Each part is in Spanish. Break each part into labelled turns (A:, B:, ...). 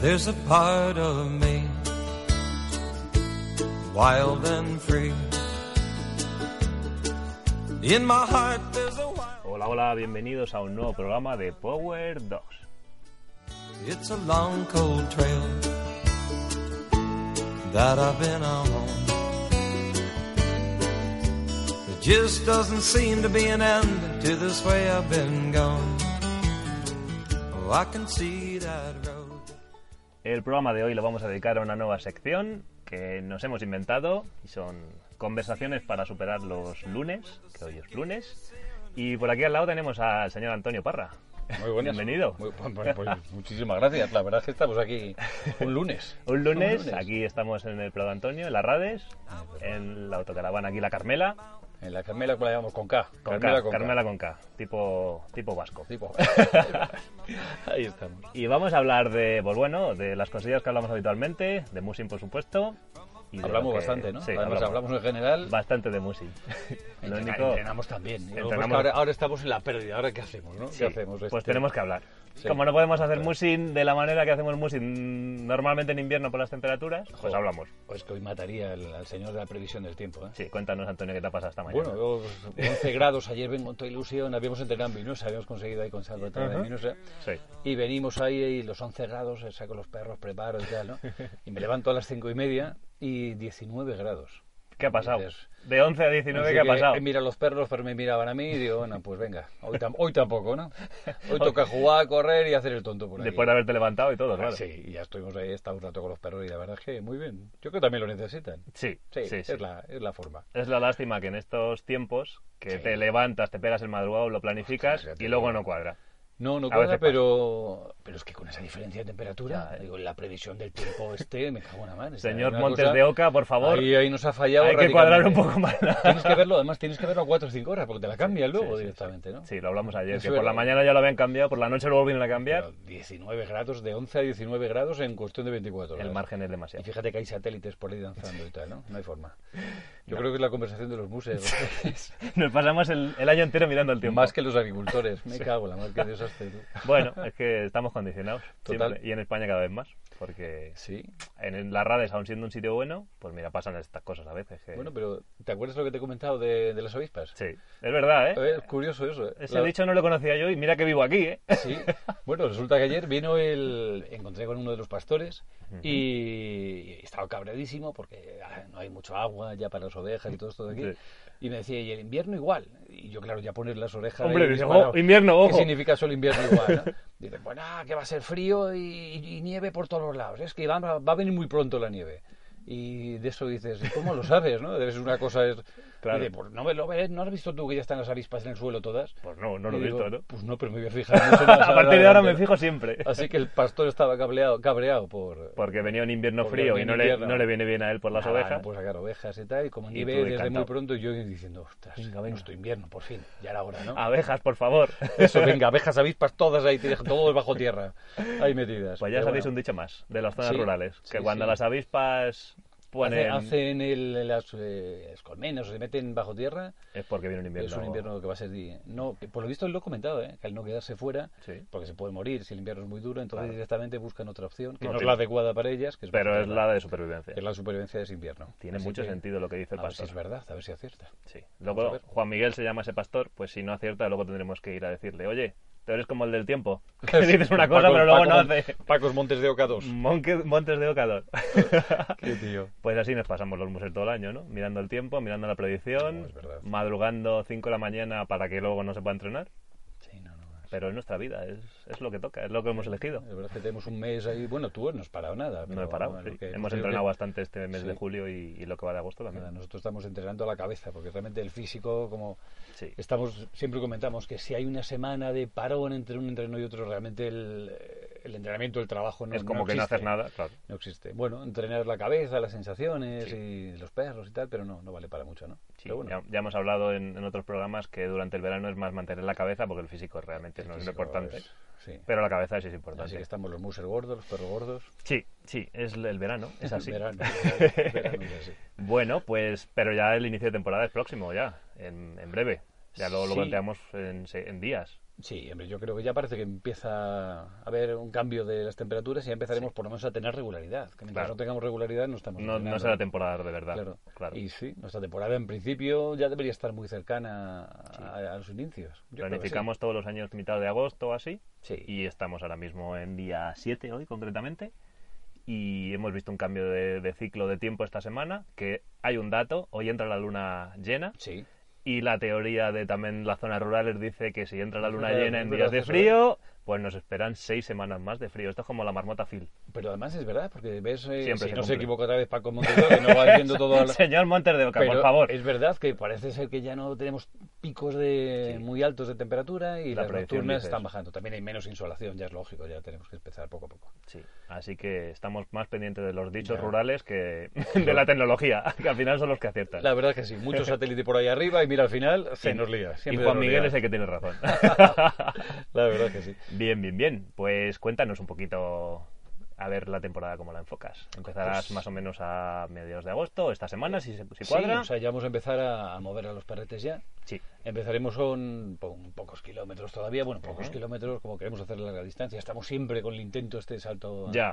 A: There's a part of me, wild and free. In my heart, there's a wild.
B: Hola, hola, bienvenidos a un nuevo programa de Power 2.
A: It's a long, cold trail that I've been on. There just doesn't seem to be an end to this way I've been gone. Oh, I can see that road.
B: El programa de hoy lo vamos a dedicar a una nueva sección que nos hemos inventado y son conversaciones para superar los lunes, que hoy es lunes. Y por aquí al lado tenemos al señor Antonio Parra.
C: Muy buenas.
B: Bienvenido.
C: Muy- pues- pues- pues muchísimas gracias. La verdad es que estamos aquí un lunes.
B: Un lunes, aquí estamos en el Prado Antonio, en las Rades, en la autocaravana aquí, la Carmela.
C: En la Carmela que la llamamos con K.
B: Con
C: Carmela
B: K, Carmela con K, tipo, tipo vasco.
C: Sí, pues. Ahí estamos.
B: Y vamos a hablar de, pues bueno, de las cosillas que hablamos habitualmente, de Musim por supuesto. Y de lo
C: Hablamos
B: que-
C: bastante, ¿no?
B: Sí,
C: Además, hablamos, en general.
B: bastante de Musim. lo
C: Entrena-
B: único,
C: Entrenamos también. Y luego, pues,
B: Entrenamos.
C: Ahora, ahora estamos en la pérdida. ¿Ahora qué hacemos? ¿no?
B: sí,
C: ¿Qué hacemos?
B: pues
C: Este-
B: tenemos que hablar.
C: Sí. Pues-
B: Como no podemos hacer Musim de la manera que hacemos Musim normalmente en invierno por las temperaturas, pues
C: Jo.
B: hablamos.
C: Pues que hoy mataría al, al señor de la previsión del tiempo. ¿eh?
B: Sí, cuéntanos, Antonio, qué te ha pasado esta mañana.
C: Bueno, yo, pues, 11 grados ayer vengo con toda ilusión. Habíamos entrenado en Vinosa, habíamos conseguido ahí con Salvatore de Vinosa.
B: Sí.
C: Y venimos ahí, y los 11 grados, eh, saco los perros, preparo y tal, ¿no? Y me levanto a las 5 y media y 19 grados.
B: ¿Qué ha pasado?
C: Dices-
B: De 11 a 19,
C: Así
B: ¿qué ha
C: pues, que,
B: pasado?
C: eh, Mira a los perros, pero me miraban a mí y digo, bueno, pues venga, hoy, tam- hoy tampoco, ¿no? Hoy toca jugar, correr y hacer el tonto por ahí.
B: Después de haberte levantado y todo, claro.
C: eh, ah, Sí, y ya estuvimos ahí, estamos un rato con los perros y la verdad es que muy bien. Yo creo que también lo necesitan.
B: Sí,
C: Sí,
B: sí,
C: es,
B: sí.
C: La, es la forma.
B: Es la lástima que en estos tiempos que
C: Sí.
B: te levantas, te pegas el madrugado, lo planificas
C: Ostras, ya te
B: y luego
C: digo.
B: no cuadra.
C: No, no
B: A veces
C: cuadra,
B: pasa.
C: pero, pero es que con esa diferencia de temperatura, digo, la previsión del tiempo este, me cago en la mano.
B: Señor Montes de Oca, por favor,
C: Ahí, ahí nos ha fallado.
B: hay que cuadrar un
C: radicalmente.
B: poco más.
C: Tienes que verlo, además tienes que verlo a 4 o 5 horas, porque te la cambian luego
B: sí, sí,
C: directamente, ¿no?
B: Sí, lo hablamos ayer,
C: Es
B: que por la
C: verdad.
B: mañana ya lo habían cambiado, por la noche lo volvieron a
C: Pero
B: cambiar.
C: 19 grados, de 11 a 19 grados en cuestión de 24 horas.
B: El margen es
C: Y
B: demasiado.
C: fíjate que hay satélites por ahí danzando y tal, ¿no? No hay forma. Yo creo que es la conversación de los buses.
B: Nos pasamos el, el año entero mirando el tiempo.
C: más que los agricultores. Me cago en la mar, qué desastre. tú.
B: Bueno, es que estamos condicionados.
C: Total.
B: siempre, Y en España cada vez más. Porque
C: Sí.
B: en las redes, aún siendo un sitio bueno, pues mira, pasan estas cosas a veces. que-
C: Bueno, pero ¿te acuerdas lo que te he comentado de, de las avispas?
B: Sí, es verdad, ¿eh?
C: A ver, es curioso eso. ¿eh?
B: Ese
C: La-
B: dicho no lo conocía yo y mira que vivo aquí, ¿eh?
C: Sí. Bueno, resulta que ayer vino el. Encontré con uno de los pastores y estaba cabreadísimo porque ah, no hay mucho agua ya para las ovejas y todo esto de aquí.
B: Sí.
C: Y me decía, y el invierno igual. Y yo, claro, ya poner las orejas.
B: Hombre,
C: ahí
B: dice,
C: disparado.
B: "Oh, invierno, ojo".
C: ¿Qué significa solo invierno igual? no? Dice, bueno, ah, que va a ser frío y, y nieve por todos los lados. Es que va, va a venir muy pronto la nieve. Y de eso dices, "¿Y ¿cómo lo sabes? ¿no? Debe ser una cosa. Es...
B: Claro.
C: Dice, pues, no, me lo ves, ¿No has visto tú que ya están las avispas en el suelo todas?
B: Pues no, no lo
C: Y
B: he
C: digo,
B: visto, ¿no?
C: Pues no, pero me voy a fijar. mucho más
B: A partir de ahora me
C: adelante".
B: fijo siempre.
C: Así que el pastor estaba cableado, cabreado por...
B: Porque venía un invierno
C: Porque
B: frío y
C: venía un
B: no le,
C: invierno.
B: no le viene bien a él por las
C: Nada,
B: ovejas.
C: No puedo sacar ovejas y tal. Y como
B: Y
C: nieve
B: tú
C: desde
B: encantado.
C: muy pronto, yo diciendo, ostras, venga, nuestro invierno, por fin. Ya era hora, ¿no?
B: Abejas, por favor.
C: Eso, venga, abejas, avispas, todas ahí, te dejan todos bajo tierra. Ahí metidas.
B: Pues ya
C: Pero
B: sabéis
C: bueno,
B: un dicho más de las zonas
C: Sí,
B: rurales. Que
C: sí,
B: cuando
C: sí.
B: las avispas
C: hace-
B: ponen...
C: Hacen el- las, eh, las colmenas, se meten bajo tierra.
B: Es porque viene un invierno.
C: Es un invierno que va a ser... di- No, que por lo visto lo he comentado, ¿eh? que al no quedarse fuera,
B: Sí.
C: porque se puede morir si el invierno es muy duro, entonces directamente buscan otra opción, que
B: No,
C: no, es
B: sí.
C: la adecuada para ellas, que es bajo
B: Pero es
C: tierra.
B: la de supervivencia.
C: que es la supervivencia de ese invierno.
B: Tiene
C: Así
B: mucho
C: que,
B: sentido lo que dice el
C: A ver si
B: pastor.
C: es verdad, a ver si acierta.
B: Sí.
C: Vamos a
B: Luego,
C: ver.
B: Juan Miguel se llama ese pastor, pues si no acierta, luego tendremos que ir a decirle, oye, tú eres como el del tiempo. Que dices una cosa,
C: Paco-
B: pero luego
C: Paco
B: no
C: Mon-
B: hace... Mm.
C: Pacos Montes de Oca 2.
B: Monque- Montes de Ocador.
C: Qué tío.
B: Pues así nos pasamos los muses todo el año, ¿no? Mirando el tiempo, mirando la predicción,
C: No, es verdad.
B: madrugando 5 de la mañana para que luego no se pueda entrenar.
C: Sí, no, no. es-
B: pero es nuestra vida, es, es lo que toca, es lo que hemos elegido.
C: La verdad es que tenemos un mes ahí. Bueno, tú no has parado nada.
B: No he
C: pero,
B: parado,
C: bueno,
B: sí.
C: que
B: hemos
C: creo
B: entrenado
C: que-
B: bastante este mes de
C: Sí.
B: julio y, y lo que va de agosto
C: Nada,
B: también.
C: nosotros estamos entrenando a la cabeza, porque realmente el físico, como
B: Sí.
C: estamos siempre comentamos que si hay una semana de parón entre un entreno y otro, realmente el, eh, el entrenamiento, el trabajo no
B: es como que no
C: existe.
B: haces nada, claro.
C: No existe. Bueno, entrenar la cabeza, las sensaciones y los perros y tal, pero no, no vale para mucho, ¿no?
B: Sí,
C: pero bueno,
B: ya, ya hemos hablado en, en otros programas que durante el verano es más mantener la cabeza porque el físico realmente no es lo
C: físico
B: importante.
C: es- sí.
B: Pero la cabeza sí es
C: Así
B: importante.
C: que estamos los muser gordos, los perros gordos.
B: Sí, sí, es el verano, es así.
C: El verano, el verano es así.
B: Bueno, pues, pero ya el inicio de temporada es próximo, ya, en, en breve. Ya lo, lo
C: Sí.
B: planteamos en, se- en días.
C: Sí, hombre, yo creo que ya parece que empieza a haber un cambio de las temperaturas y ya empezaremos por lo menos a tener regularidad. Que mientras
B: Claro.
C: no tengamos regularidad no estamos
B: No, no
C: entrenando.
B: será temporada de verdad.
C: Claro.
B: claro.
C: Y sí, nuestra temporada en principio ya debería estar muy cercana a, a los inicios. Yo creo que sí.
B: Planificamos todos los años mitad de agosto o así.
C: Sí.
B: Y estamos ahora mismo en día 7 hoy concretamente. Y hemos visto un cambio de, de ciclo de tiempo esta semana, que hay un dato, hoy entra la luna llena.
C: Sí.
B: Y la teoría de también las zonas rurales dice que si entra la luna
C: Pero-
B: llena en
C: pero
B: días de
C: hace ¿eh?
B: frío, pues nos esperan seis semanas más de frío. Esto es como la marmota Phil.
C: Pero además es verdad, porque ves,
B: Siempre
C: eh,
B: se
C: si no
B: cumple.
C: se equivoca otra vez Paco Montero, que no va diciendo todo... al-
B: Señor Montes de Oca,
C: Pero
B: por favor.
C: es verdad que parece ser que ya no tenemos picos de muy altos de temperatura y
B: La
C: las
B: predicción
C: nocturnas
B: dice
C: están
B: eso.
C: bajando. También hay menos insolación, ya es lógico, ya tenemos que empezar poco a poco.
B: Sí, así que estamos más pendientes de los dichos
C: Ya.
B: rurales que de la tecnología, que al final son los que aciertan.
C: La verdad es que sí, mucho satélite por ahí arriba y mira al final, se nos lía.
B: y
C: siempre
B: Juan
C: nos
B: Miguel
C: lía.
B: es el que tiene razón.
C: La verdad es que sí.
B: bien, bien, bien. Pues cuéntanos un poquito a ver la temporada cómo la enfocas. Empezarás
C: Pues-
B: más o menos a mediados de agosto, esta semana, si, se- si cuadra.
C: Sí, o sea, ya vamos a empezar a, a mover a los perretes ya.
B: Sí.
C: Empezaremos con, con pocos kilómetros todavía, bueno, pocos kilómetros como queremos hacer larga distancia. Estamos siempre con el intento este salto a-
B: ya.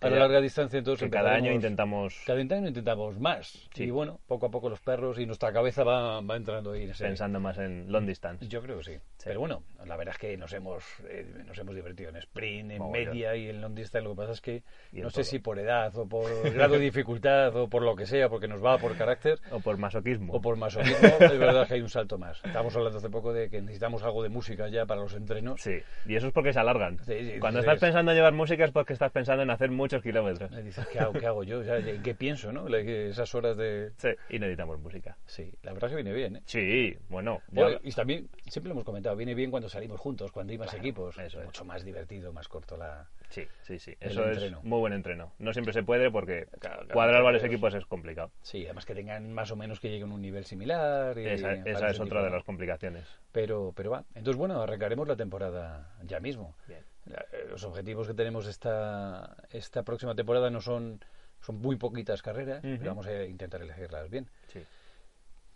C: a la
B: Ya.
C: larga distancia, entonces
B: Que cada año
C: empezaremos-
B: intentamos
C: Cada año intentamos más.
B: Sí.
C: Y bueno, poco a poco los perros y nuestra cabeza va, va entrando ahí en ese...
B: pensando más en long distance.
C: Yo creo que sí. Pero bueno, la verdad es que nos hemos, eh, nos hemos divertido en sprint, en
B: Mogollón.
C: media y en long distance. Lo que pasa es que
B: Y en
C: no sé
B: todo.
C: si por edad o por grado de dificultad o por lo que sea, porque nos va por carácter
B: O por masoquismo.
C: o por masoquismo, es verdad que hay un salto más. Estábamos hablando hace poco de que necesitamos algo de música ya para los entrenos.
B: Sí, y eso es porque se alargan.
C: Sí, sí,
B: Cuando
C: sí,
B: estás
C: es-
B: pensando en llevar música es porque estás pensando en hacer muchos kilómetros.
C: Y dices, ¿qué hago, qué hago yo? O sea, ¿En qué pienso? ¿no? La- que Esas horas de...
B: Sí, y necesitamos música.
C: Sí, la verdad es que viene bien, ¿eh?
B: Sí, bueno, ya-
C: Bueno, y también, siempre lo hemos comentado, viene bien cuando salimos juntos, cuando hay más equipos.
B: eso es.
C: mucho más divertido, más corto la...
B: sí, sí, sí.
C: el
B: Eso es
C: entreno.
B: muy buen entreno. No siempre se puede porque
C: Claro, claro,
B: cuadrar
C: claro,
B: varios
C: es-
B: equipos es complicado.
C: Sí, además que tengan más o menos que lleguen a un nivel similar. Y
B: Esa, esa
C: para
B: es
C: ese
B: otra
C: tipo,
B: de
C: ¿no?
B: las complicaciones.
C: Pero, pero va. Entonces, bueno, arrancaremos la temporada ya mismo.
B: Bien.
C: La- eh, Los objetivos que tenemos esta, esta próxima temporada no son, son muy poquitas carreras,
B: Ujú.
C: pero vamos a intentar elegirlas bien.
B: Sí.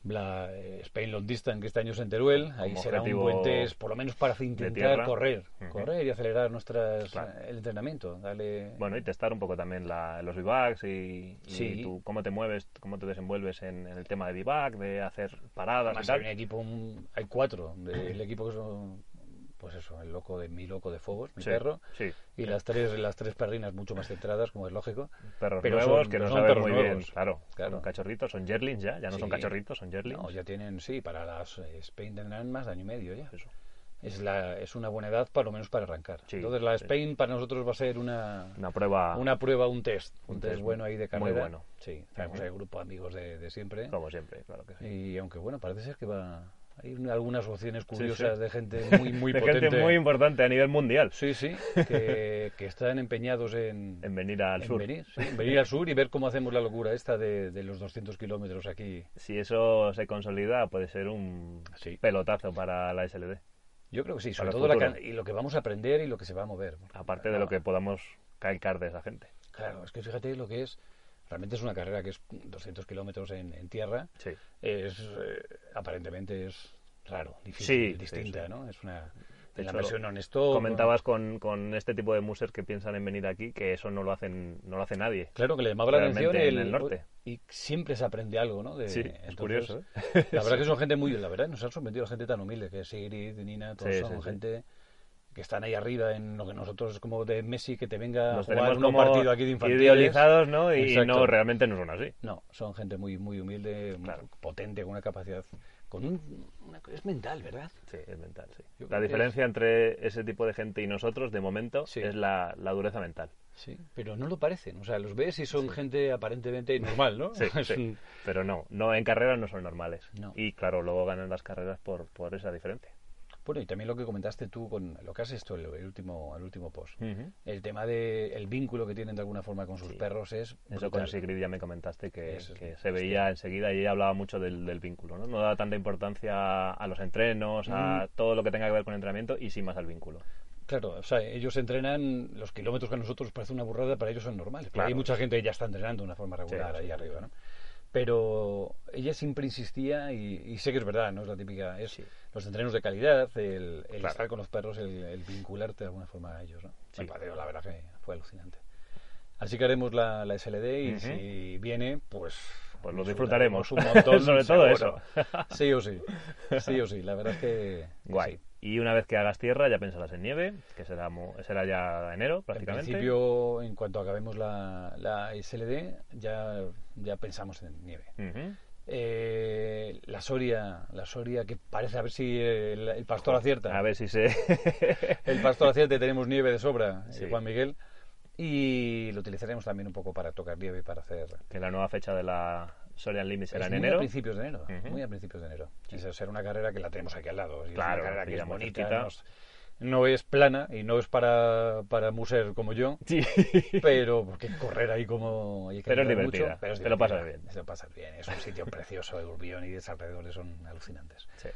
C: La eh, Spain Long Distance, que este año es en Teruel, ahí
B: Como
C: será un
B: objetivo
C: buen test, por lo menos para
B: tierra.
C: intentar correr,
B: Ujú.
C: correr y acelerar nuestras, eh,
B: Claro.
C: el entrenamiento. Dale,
B: Bueno, y testar un poco también la- los bivacs y, y
C: Sí.
B: tú, cómo te mueves, cómo te desenvuelves en, en el tema de bivac, de hacer paradas y
C: Además, hay
B: tal.
C: un equipo, un- hay cuatro. de- el equipo que son, pues eso, el loco de mi loco de fuegos, mi
B: Sí,
C: perro.
B: sí.
C: Y las tres, las tres perrinas mucho más centradas, como es lógico.
B: Perros
C: Pero
B: nuevos
C: son-
B: que no
C: son
B: saben
C: perros
B: muy bien.
C: nuevos.
B: Claro,
C: Claro.
B: son cachorritos, son yerlings ya, ya no son
C: Sí.
B: cachorritos, son yerlings.
C: No, ya tienen, sí, para las eh, Spain tendrán más de año y medio ya.
B: Eso.
C: Es, la, es una buena edad, por lo menos, para arrancar.
B: Sí,
C: Entonces, la
B: sí.
C: Spain para nosotros va a ser una,
B: Una prueba,
C: una prueba, un test. Un,
B: un
C: test,
B: test
C: bueno ahí de
B: muy
C: carrera.
B: bueno.
C: Sí, tenemos el grupo de amigos de, de siempre.
B: como siempre, claro que sí.
C: Y aunque, bueno, parece ser que va. Hay un- algunas opciones
B: sí.
C: curiosas de gente muy, muy
B: de
C: potente.
B: gente muy importante a nivel mundial
C: Sí, sí, que, que están empeñados en,
B: en venir al
C: en
B: sur.
C: venir, sí, en venir al sur y ver cómo hacemos la locura esta de, de los 200 kilómetros aquí.
B: Si eso se consolida, puede ser un
C: Sí.
B: pelotazo para la SLD.
C: Yo creo que sí,
B: Para
C: sobre
B: el
C: todo la
B: futuro.
C: can- y lo que vamos a aprender y lo que se va a mover.
B: Aparte de lo que podamos calcar de esa gente.
C: Claro, es que fíjate lo que es. Realmente es una carrera que es 200 kilómetros en, en tierra.
B: Sí.
C: Es, eh, aparentemente es raro,
B: Sí,
C: difícil,
B: sí,
C: distinta,
B: sí.
C: ¿no? Es una.
B: De
C: en la
B: hecho,
C: versión honesto.
B: Comentabas con, con este tipo de musers que piensan en venir aquí, que eso no lo hacen, no lo hace nadie.
C: Claro que le llamaba la
B: Realmente
C: atención
B: en el norte.
C: Y siempre se aprende algo, ¿no? De-
B: Sí, es curioso, ¿eh?
C: La verdad que son gente muy. La verdad, nos han sorprendido la gente tan humilde que es Sigrid, Nina, todos
B: Sí,
C: son
B: sí, sí.
C: gente que están ahí arriba en lo que nosotros como de Messi que te venga
B: Los
C: a jugar
B: tenemos
C: un
B: como
C: partido aquí de infantiles.
B: idealizados, ¿no? Y
C: Exacto.
B: no, realmente no son así.
C: No, son gente muy muy humilde, muy
B: Claro.
C: potente, con una capacidad, con un, una, es mental, ¿verdad?
B: Sí, es mental, sí.
C: Yo
B: La
C: creo que
B: diferencia entre ese tipo de gente y nosotros, de momento,
C: Sí.
B: es la, la dureza mental.
C: Sí, pero no lo parecen, o sea, los ves y son gente aparentemente normal, ¿no?
B: Sí,
C: Es
B: sí.
C: un-
B: Pero no, no en carreras no son normales.
C: No.
B: Y claro, luego ganan las carreras por, por esa diferencia.
C: Bueno, y también lo que comentaste tú con lo que has hecho el, el último el último post. El tema de el vínculo que tienen de alguna forma con sus
B: Mm. Sí.
C: perros es
B: Eso
C: brutal.
B: con Sigrid ya me comentaste que,
C: Eso es
B: que
C: muy
B: se veía enseguida y ella hablaba mucho del, del vínculo, ¿no? No daba tanta importancia a los entrenos,
C: Mm.
B: a todo lo que tenga que ver con entrenamiento y sí más al vínculo.
C: Claro, o sea, ellos entrenan los kilómetros que a nosotros parece una burrada, para ellos son normales. Claro.
B: Claro.
C: Hay mucha gente que ya está entrenando de una forma regular
B: Sí,
C: ahí
B: sí.
C: arriba, ¿no? Pero ella siempre insistía y, y sé que es verdad, ¿no? Es la típica, es
B: Sí.
C: los entrenos de calidad, el, el
B: Claro.
C: estar con los perros, el, el vincularte de alguna forma a ellos, ¿no?
B: Sí.
C: Me pareció, la verdad que fue alucinante. Así que haremos la, la SLD y
B: Ujú.
C: si viene, pues...
B: Pues lo disfrutaremos.
C: un montón,
B: Sobre todo
C: seguro. Sí o sí, sí o sí, la verdad es que... que
B: Guay.
C: sí.
B: Y una vez que hagas tierra ya pensarás en nieve, que será, mu- será ya enero
C: En
B: prácticamente.
C: principio, en cuanto acabemos la, la SLD, ya, ya pensamos en nieve.
B: Ujú.
C: Eh, la Soria, la Soria que parece a ver si el, el pastor acierta.
B: A ver si se...
C: El pastor acierta y tenemos nieve de sobra, eh,
B: Sí.
C: Juan Miguel. Y lo utilizaremos también un poco para tocar nieve, para hacer...
B: que la nueva fecha de la Sorian Limit será
C: Es
B: en
C: muy
B: enero.
C: A principios de enero,
B: Ujú.
C: muy a principios de enero. Esa será una carrera que la tenemos aquí al lado. y
B: Claro,
C: es una carrera que es
B: pillamos
C: bonita,
B: cerquita.
C: no es, no es plana y no es para, para muser como yo.
B: Sí.
C: Pero porque correr ahí como... hay que
B: Pero es
C: ayudar
B: divertida,
C: mucho, pero es
B: te lo
C: divertida,
B: pasas bien.
C: Te lo pasas bien. Es un sitio precioso, el Urbión y los alrededores son alucinantes.
B: Sí.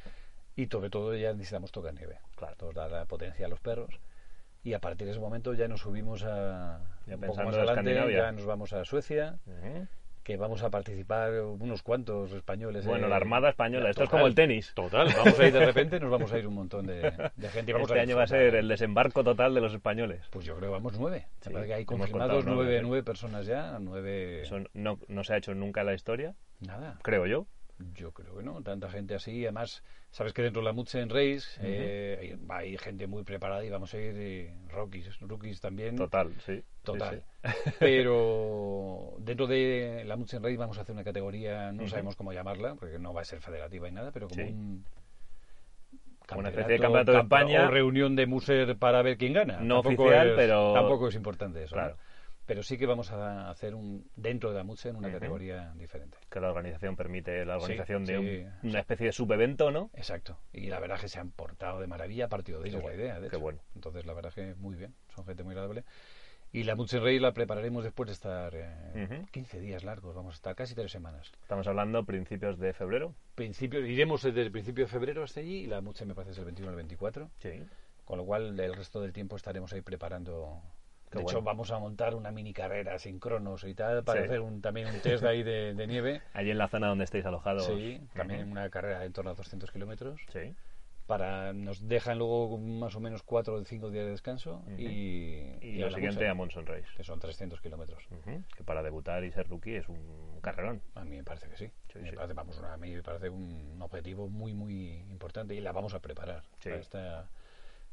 C: Y sobre todo ya necesitamos tocar nieve.
B: Claro.
C: Nos da la potencia a los perros. Y a partir de ese momento ya nos subimos a...
B: Ya
C: un poco
B: pensando
C: más
B: en
C: adelante,
B: Escandinavia.
C: ya nos vamos a Suecia,
B: Ujú.
C: que vamos a participar unos cuantos españoles.
B: Bueno,
C: eh,
B: la Armada Española,
C: la-
B: esto es
C: total,
B: como el tenis.
C: Total, vamos a ir de repente, nos vamos a ir un montón de, de gente. y Vamos
B: este año va a
C: disfrutar.
B: ser el desembarco total de los españoles.
C: Pues yo creo que vamos nueve.
B: Sí,
C: Me parece que hay
B: hemos
C: confirmados
B: contado nueve,
C: nueve,
B: sí.
C: nueve personas ya, nueve...
B: Eso no, no se ha hecho nunca en la historia,
C: Nada,
B: creo yo.
C: yo creo que no. Tanta gente así. Además, sabes que dentro de la Mutsen Race eh, hay- hay gente muy preparada y vamos a ir eh, rookies, rookies también.
B: Total, sí. sí,
C: Total.
B: sí.
C: Pero dentro de la Mutsen Race vamos a hacer una categoría, no
B: Ujú.
C: sabemos cómo llamarla, porque no va a ser federativa y nada, pero como
B: Sí.
C: un.
B: Como una especie de campeonato de
C: campa-
B: España.
C: O reunión de Muser para ver quién gana.
B: No oficial,
C: es-
B: pero-
C: Tampoco es importante eso. ¿no?
B: Claro.
C: Pero sí que vamos a hacer un dentro de la Mutsen una
B: Ujú.
C: categoría diferente.
B: Que la organización permite la
C: Sí,
B: organización de
C: sí.
B: un- una especie de subevento, ¿no?
C: Exacto. Y la verdad es que se han portado de maravilla a partido de ellos
B: bueno,
C: la idea. De
B: qué
C: hecho.
B: bueno.
C: Entonces, la verdad es que muy bien. Son gente muy agradable. Y la Munchen Rey la prepararemos después de estar eh,
B: Ujú.
C: 15 días largos. Vamos a estar casi tres semanas.
B: Estamos hablando principios de febrero.
C: Principio, iremos desde el principio de febrero hasta allí y la Munchen me parece es el 21 al 24.
B: Sí.
C: Con lo cual, el resto del tiempo estaremos ahí preparando.
B: Qué
C: de
B: bueno.
C: hecho, vamos a montar una mini carrera sin cronos y tal para
B: Sí.
C: hacer un, también un test de ahí de, de nieve.
B: Allí en la zona donde estáis alojados.
C: Sí, también
B: Ujú.
C: una carrera en torno a 200 kilómetros.
B: Sí.
C: para nos dejan luego con más o menos cuatro o cinco días de descanso y,
B: Y,
C: y
B: lo
C: la
B: siguiente
C: mucha,
B: a Monson Race.
C: que son 300 kilómetros
B: Ujú. Que para debutar y ser rookie es un carrerón.
C: a mí me parece que sí,
B: Sí,
C: me
B: sí.
C: parece vamos una- a mí me parece un objetivo muy muy importante y la vamos a preparar
B: Sí.
C: Esta-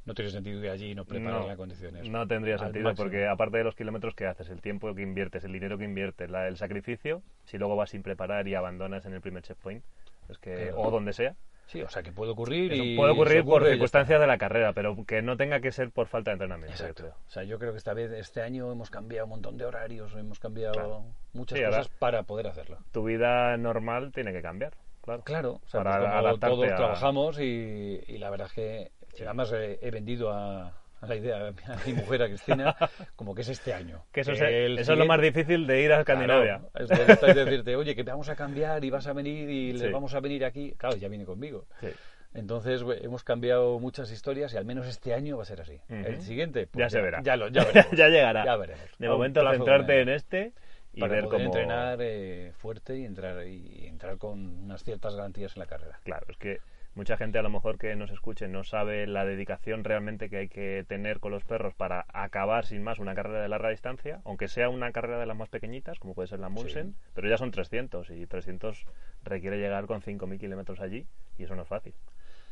C: no tiene sentido ir allí y no preparar las condiciones
B: no tendría
C: al
B: sentido
C: máximo.
B: porque aparte de los kilómetros que haces, el tiempo que inviertes, el dinero que inviertes, la- el sacrificio, si luego vas sin preparar y abandonas en el primer checkpoint, es que
C: Claro.
B: o donde sea,
C: sí o sea que puede ocurrir
B: eso
C: y
B: puede
C: se
B: ocurrir por
C: ocurre y ya está.
B: circunstancias de la carrera, pero que no tenga que ser por falta de entrenamiento. yo
C: Exacto.
B: creo.
C: O sea, yo creo que esta vez, este año hemos cambiado un montón de horarios, hemos cambiado
B: Claro.
C: muchas
B: Sí, ahora-
C: cosas para poder hacerlo.
B: Tu vida normal tiene que cambiar, claro.
C: Claro, o sea,
B: Para
C: pues como
B: adaptarte
C: todos
B: a-
C: trabajamos y, y la verdad es que además eh, he vendido a, a la idea a mi mujer, a Cristina, como que es este año.
B: Que eso,
C: Que
B: es, eso
C: el
B: es lo más
C: siguiente-
B: difícil de ir a Escandinavia.
C: Claro, es de- estar y decirte, oye, que te vamos a cambiar y vas a venir y le
B: Sí.
C: vamos a venir aquí. Claro, ya viene conmigo.
B: Sí.
C: Entonces güey, hemos cambiado muchas historias y al menos este año va a ser así.
B: Ujú.
C: El siguiente pues,
B: ya, se verá.
C: Ya, lo, ya veremos.
B: Ya llegará.
C: Ya veremos.
B: De
C: A un
B: momento,
C: plazo de un
B: centrarte
C: año.
B: en este y
C: para
B: ver
C: poder
B: cómo.
C: entrenar eh, fuerte y entrar y entrar con unas ciertas garantías en la carrera.
B: Claro, es que mucha gente a lo mejor que nos escuche no sabe la dedicación realmente que hay que tener con los perros para acabar sin más una carrera de larga distancia, aunque sea una carrera de las más pequeñitas, como puede ser la Munsen, pero ya son 300 y 300 requiere llegar con 5.000 kilómetros allí y eso no es fácil.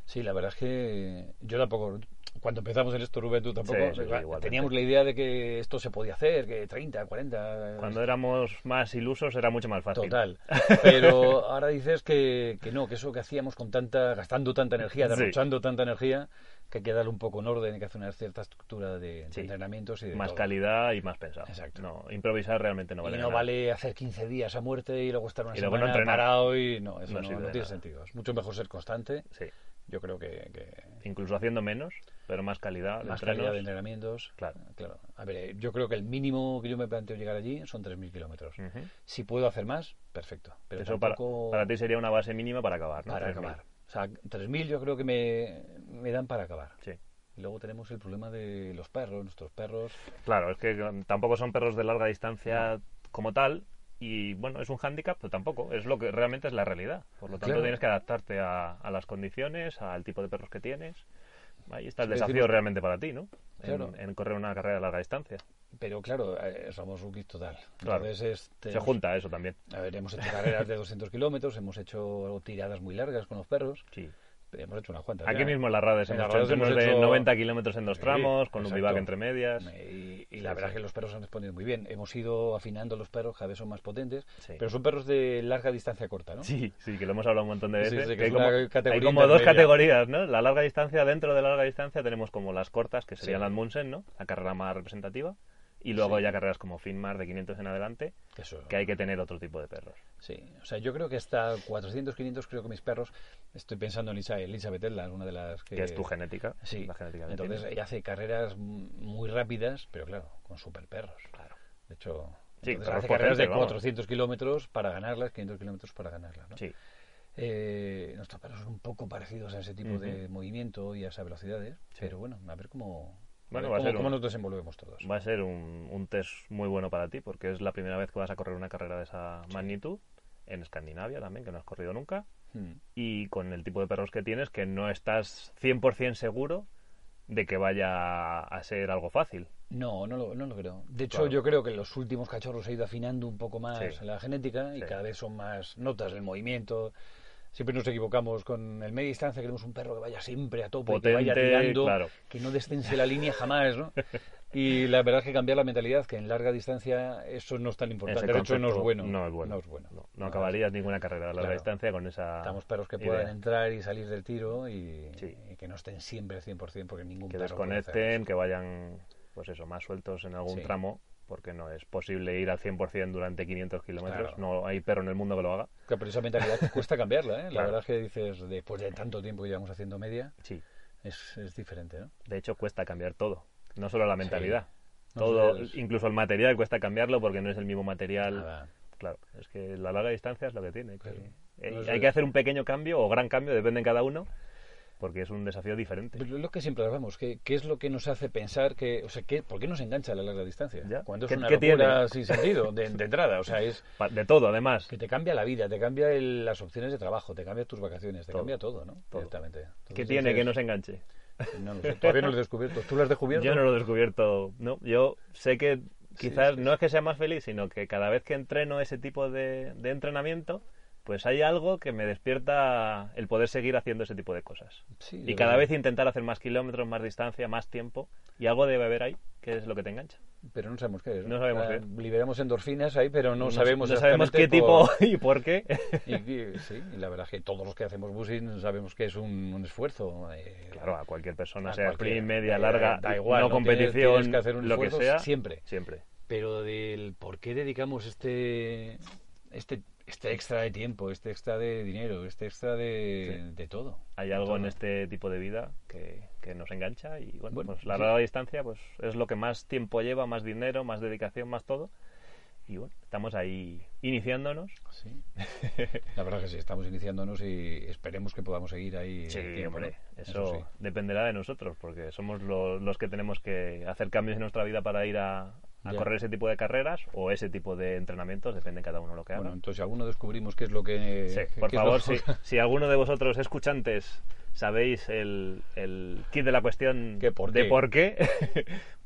C: Sí, la verdad es que yo tampoco, cuando empezamos en esto, Rubén, tú tampoco.
B: Sí, sí, sí,
C: igual,
B: igualmente.
C: teníamos la idea de que esto se podía hacer, que 30, 40. eh,
B: Cuando éramos más ilusos era mucho más fácil.
C: Total. Pero ahora dices que, que no, que eso que hacíamos con tanta, gastando tanta energía,
B: Sí.
C: derrochando tanta energía, que hay que darle un poco en orden, hay que hacer una cierta estructura de, de
B: Sí.
C: entrenamientos y de
B: Más
C: todo.
B: calidad y más pensado.
C: Exacto.
B: No, improvisar realmente no vale.
C: y no
B: nada.
C: vale hacer 15 días a muerte y luego estar una
B: Y luego no
C: semana
B: entrenar.
C: parado y no, eso
B: No
C: no,
B: sirve
C: no
B: de
C: tiene
B: nada.
C: sentido. Es mucho mejor ser constante.
B: Sí.
C: Yo creo que, que
B: Incluso haciendo menos, pero más calidad. de
C: más
B: entrenos.
C: calidad de entrenamientos.
B: Claro.
C: claro. A ver, eh, yo creo que el mínimo que yo me planteo llegar allí son 3.000 kilómetros.
B: Ujú.
C: Si puedo hacer más, perfecto. Pero
B: Mm. Eso para,
C: tampoco...
B: para ti sería una base mínima para acabar, ¿no?
C: para
B: 3.000.
C: acabar. O sea, 3.000 yo creo que me, me dan para acabar.
B: Sí.
C: Y luego tenemos el problema de los perros, nuestros perros.
B: Claro, es que um, tampoco son perros de larga distancia como tal. Y bueno, es un hándicap, pero tampoco. Es lo que realmente es la realidad. Por lo tanto,
C: Claro.
B: tienes que adaptarte a, a las condiciones, al tipo de perros que tienes. Ahí está el
C: Sí,
B: desafío
C: decimos-
B: realmente para ti, ¿no? En-
C: Claro.
B: en correr una carrera de larga distancia.
C: Pero claro, eh, somos rookies total.
B: Claro.
C: Entonces, este,
B: Se junta eso también.
C: A ver, hemos hecho carreras de 200 kilómetros, hemos hecho tiradas muy largas con los perros.
B: Sí.
C: Hemos hecho unas cuantas.
B: Aquí
C: ya.
B: mismo en las redes
C: En
B: hemos
C: las
B: hecho
C: redes hemos
B: entrenos de
C: hecho-
B: 90 kilómetros en dos
C: Sí,
B: tramos, con un
C: exacto.
B: bivac entre medias.
C: Y, y la
B: Sí,
C: verdad
B: sí.
C: es que los perros han respondido muy bien. Hemos ido afinando los perros, cada vez son más potentes.
B: Sí.
C: Pero son perros de larga distancia corta, ¿no?
B: Sí, sí, que lo hemos hablado un montón de
C: Sí,
B: veces.
C: sí, que
B: que hay
C: es una
B: como, hay
C: categoría
B: como dos
C: intermedia.
B: categorías, ¿no? La larga distancia, dentro de la larga distancia tenemos como las cortas, que serían
C: Sí.
B: las Munsen, ¿no? La carrera más representativa. Y luego
C: Sí.
B: ya carreras como Finmar de 500 en adelante,
C: Eso.
B: que hay que tener otro tipo de perros.
C: Sí, o sea, yo creo que hasta 400, 500, creo que mis perros, estoy pensando en Elisa- Elizabeth Ellas, una de las que...
B: Que es tu genética.
C: Sí,
B: La genética que
C: entonces
B: tienes.
C: ella hace carreras m- muy rápidas, pero claro, con super perros.
B: Claro.
C: De hecho,
B: Sí,
C: entonces
B: perros
C: hace carreras
B: potentes,
C: de
B: vamos.
C: 400 kilómetros para ganarlas, 500 kilómetros para ganarlas. ¿no?
B: Sí,
C: Eh, nuestros perros son un poco parecidos a ese tipo de movimiento y a esas velocidades, pero bueno, a ver cómo, a
B: Bueno,
C: ver
B: va a
C: cómo,
B: ser
C: cómo
B: un-
C: nos desenvolvemos todos.
B: va a ser un, un test muy bueno para ti, porque es la primera vez que vas a correr una carrera de esa magnitud, en Escandinavia también, que no has corrido nunca.
C: Hmm.
B: y con el tipo de perros que tienes que no estás 100% seguro de que vaya a ser algo fácil.
C: No, no lo, no lo creo. De hecho,
B: Claro.
C: yo creo que los últimos cachorros se ha ido afinando un poco más
B: Sí.
C: la genética y
B: Sí.
C: cada vez son más notas del movimiento. Siempre nos equivocamos con el media distancia, queremos un perro que vaya siempre a tope, que vaya
B: Potente,
C: tirando,
B: claro.
C: que no descense la línea jamás, ¿no? Y la verdad es que cambiar la mentalidad, que en larga distancia eso no es tan importante.
B: Ese
C: de hecho, no es
B: concepto
C: bueno.
B: No es bueno.
C: No es bueno.
B: No, no acabarías ninguna carrera a larga
C: Claro.
B: distancia con esa.
C: Necesitamos perros que
B: Ah, idea.
C: puedan entrar y salir del tiro y,
B: Sí.
C: y que no estén siempre al 100% porque ningún
B: Que
C: perro puede hacer
B: desconecten, que vayan, pues eso, más sueltos en algún
C: Sí.
B: tramo, porque no es posible ir al 100% durante 500 kilómetros.
C: Claro.
B: No hay perro en el mundo que lo haga.
C: Claro, pero esa mentalidad cuesta cambiarla, ¿eh? La
B: Claro.
C: verdad es que dices, después de tanto tiempo que llevamos haciendo media,
B: Sí.
C: es, es diferente, ¿no?
B: De hecho, cuesta cambiar todo, no solo la mentalidad.
C: No
B: Todo,
C: solo es-
B: incluso el material cuesta cambiarlo porque no es el mismo material.
C: Nada.
B: Claro, es que la larga distancia es lo que tiene. que-
C: Claro.
B: eh,
C: No es
B: hay
C: verdad.
B: que hacer un pequeño cambio o gran cambio, depende de cada uno, porque es un desafío diferente.
C: Pero es lo que siempre hablamos, ¿qué, qué es lo que nos hace pensar que, o sea, ¿qué, ¿por qué nos engancha la larga distancia?
B: Ya.
C: Cuando es
B: ¿Qué-
C: una
B: qué tiene?
C: locura sin sentido, de, de entrada, o sea, es
B: Pa- De todo, además.
C: que te cambia la vida, te cambia el- las opciones de trabajo, te cambia tus vacaciones, te
B: Todo.
C: cambia todo, ¿no?
B: Todo.
C: Directamente. Entonces
B: ¿Qué tiene que no
C: dices,
B: se enganche?
C: No lo sé, todavía no lo he descubierto. ¿Tú lo has descubierto?
B: Yo no lo he descubierto. No, yo sé que quizás no es que sea más feliz, sino que cada vez que entreno ese tipo de, de entrenamiento, pues hay algo que me despierta el poder seguir haciendo ese tipo de cosas.
C: Sí,
B: y
C: yo
B: cada
C: creo.
B: vez intentar hacer más kilómetros, más distancia, más tiempo. Y algo debe haber ahí, que es lo que te engancha.
C: Pero no sabemos qué es.
B: No sabemos
C: sea,
B: qué.
C: Liberamos endorfinas ahí, pero no, sabemos
B: no sabemos qué tipo
C: exactamente por-
B: y por qué.
C: Y, y- sí, y la verdad es que todos los que hacemos busing sabemos que es un, un esfuerzo. eh,
B: Claro, a cualquier persona,
C: A
B: sea
C: cualquiera.
B: sprint, media,
C: Da-
B: larga,
C: da igual,
B: no
C: ¿no? Tienes-
B: competición,
C: tienes que hacer un
B: lo que
C: esfuerzo
B: sea.
C: siempre.
B: Siempre.
C: Pero del por qué dedicamos este, este, este extra de tiempo, este extra de dinero, este extra de, de todo.
B: Hay
C: De
B: algo en
C: todo.
B: este tipo de vida que, que nos engancha y bueno,
C: Bueno,
B: pues la
C: sí.
B: larga distancia pues es lo que más tiempo lleva, más dinero, más dedicación, más todo. Y bueno, estamos ahí iniciándonos.
C: Sí. La verdad que sí, estamos iniciándonos y esperemos que podamos seguir ahí.
B: Sí,
C: el tiempo,
B: hombre,
C: ¿no?
B: eso,
C: sí.
B: dependerá de nosotros, porque somos lo- los que tenemos que hacer cambios en nuestra vida para ir a, a
C: Ya.
B: correr ese tipo de carreras o ese tipo de entrenamientos, depende de cada uno lo que haga.
C: Bueno, entonces si alguno descubrimos qué es lo que...
B: Sí,
C: qué
B: por
C: es lo-
B: favor, si, si alguno de vosotros escuchantes sabéis el, el kit de la cuestión
C: ¿Qué por
B: de
C: qué?
B: por qué,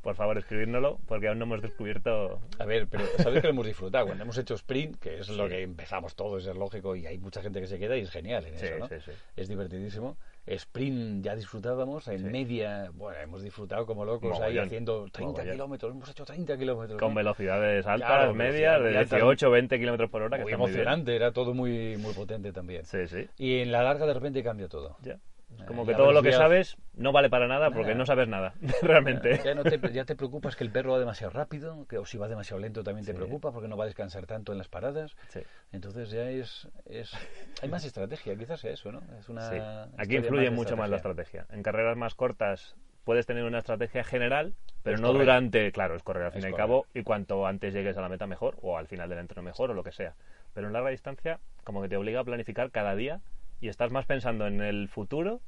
B: por favor escribírnoslo, porque aún no hemos descubierto...
C: A ver, pero sabes que lo hemos disfrutado. Cuando hemos hecho sprint, que es lo que empezamos todos, es lógico, y hay mucha gente que se queda y es genial en
B: Sí,
C: eso, ¿no?
B: sí, sí.
C: Es divertidísimo. Sprint ya disfrutábamos, en media, bueno, hemos disfrutado como locos ahí
B: Mogollón,
C: haciendo 30
B: mogollón.
C: kilómetros, hemos hecho 30 kilómetros.
B: Con
C: ¿no?
B: velocidades altas,
C: Claro,
B: medias,
C: velocidad
B: de
C: alta.
B: 18 20 kilómetros por hora, que
C: Muy
B: está muy bien.
C: emocionante, era todo muy, muy potente también.
B: Sí, sí.
C: Y en la larga de repente cambia todo.
B: Ya. Es
C: Eh,
B: como
C: y
B: que
C: la
B: todo lo que
C: velocidad-
B: sabes no vale para nada porque
C: Nada.
B: no sabes nada, realmente.
C: Ya, no te, ya te preocupas que el perro va demasiado rápido, que o si va demasiado lento también te preocupa porque no va a descansar tanto en las paradas.
B: Sí.
C: Entonces ya es, es... Hay más estrategia, quizás sea eso, ¿no? Es una
B: Sí. Aquí
C: historia
B: influye
C: de
B: mucho más la estrategia. En carreras más cortas puedes tener una estrategia general, pero
C: Es
B: no
C: correr.
B: durante, claro, es correr al fin
C: Es
B: y al
C: correr.
B: cabo, y cuanto antes llegues a la meta mejor, o al final del entreno mejor, o lo que sea. Pero en larga distancia, como que te obliga a planificar cada día y estás más pensando en el futuro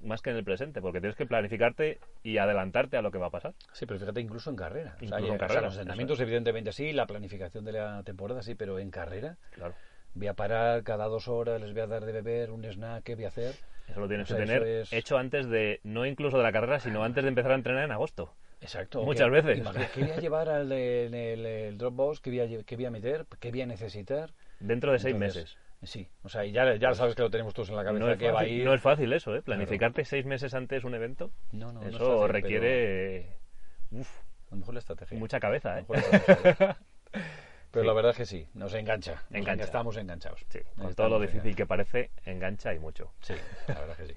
B: más que en el presente, porque tienes que planificarte y adelantarte a lo que va a pasar.
C: Sí, pero fíjate, incluso en carrera. O sea,
B: Incluso en
C: hay- o sea,
B: carrera,
C: los
B: eso
C: entrenamientos evidentemente sí, la planificación de la temporada sí, pero en carrera
B: Claro.
C: voy a parar cada dos horas, les voy a dar de beber un snack, ¿qué voy a hacer?
B: Eso lo tienes
C: O sea,
B: que tener
C: eso es- Ah.
B: hecho antes de, no incluso de la carrera, sino antes de empezar a entrenar en agosto.
C: Exacto.
B: Muchas
C: ¿Qué-
B: veces.
C: imagina, ¿Qué voy a llevar al de- en el, el Dropbox? ¿Qué voy, a, lle- qué voy a meter? ¿Qué voy a necesitar?
B: Dentro de seis
C: Entonces,
B: meses. Pues
C: Sí, o sea, y ya, ya sabes que lo tenemos todos en la cabeza
B: No es,
C: que va a
B: fácil,
C: ir.
B: no es fácil eso, ¿eh? Planificarte seis meses antes un evento,
C: No, no, no es
B: eso
C: fácil,
B: requiere uf,
C: A lo mejor la estrategia.
B: mucha cabeza, ¿eh?
C: A lo mejor la estrategia. Pero la verdad es que sí, nos engancha. nos
B: Engancha.
C: Estamos enganchados.
B: Sí, con
C: Estamos
B: todo lo difícil
C: enganchados.
B: que parece, engancha y mucho.
C: Sí, la verdad que sí.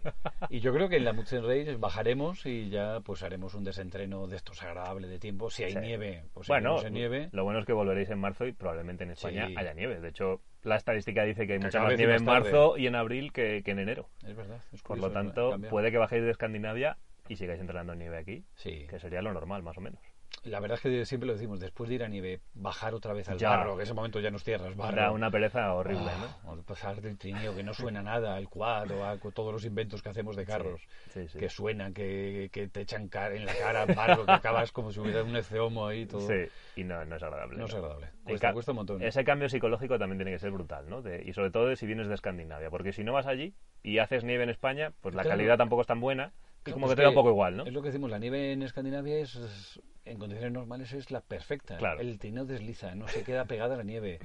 C: Y yo creo que en la Mutzen Race bajaremos y ya pues haremos un desentreno de estos agradable de tiempo. Si hay
B: Sí.
C: nieve, pues
B: bueno,
C: seguimos en nieve.
B: lo bueno es que volveréis en marzo y probablemente en España
C: Sí.
B: haya nieve. De hecho, la estadística dice que hay
C: Que
B: mucha
C: cada
B: más
C: vez
B: nieve
C: más
B: en
C: tarde.
B: marzo y en abril que, que en enero.
C: Es verdad. es
B: Por lo
C: curioso, es verdad,
B: tanto,
C: cambia.
B: puede que bajéis de Escandinavia y sigáis entrenando en nieve aquí,
C: Sí.
B: que sería lo normal, más o menos.
C: La verdad es que siempre lo decimos, después de ir a nieve, bajar otra vez al
B: Ya.
C: barro, que ese momento ya nos tierras, barro.
B: Da una pereza horrible, ¿no?
C: Ah, o pasar del trineo que no suena nada al quad o a co- todos los inventos que hacemos de carros
B: sí, sí.
C: que suenan, que, que te echan cara en la cara, barro, que acabas como si hubiera un eceomo ahí todo.
B: Sí, y no, no es agradable.
C: No es agradable.
B: El
C: Cuesta-
B: ca-
C: cuesta un montón.
B: Ese cambio psicológico también tiene que ser brutal, ¿no? De- y sobre todo de si vienes de Escandinavia, porque si no vas allí y haces nieve en España, pues la
C: Claro.
B: calidad tampoco es tan buena, y
C: Claro,
B: como
C: pues
B: que te da un poco igual, ¿no?
C: Es lo que decimos, la nieve en Escandinavia es, es- en condiciones normales es la perfecta.
B: Claro.
C: El trineo desliza, no se queda pegada a la nieve.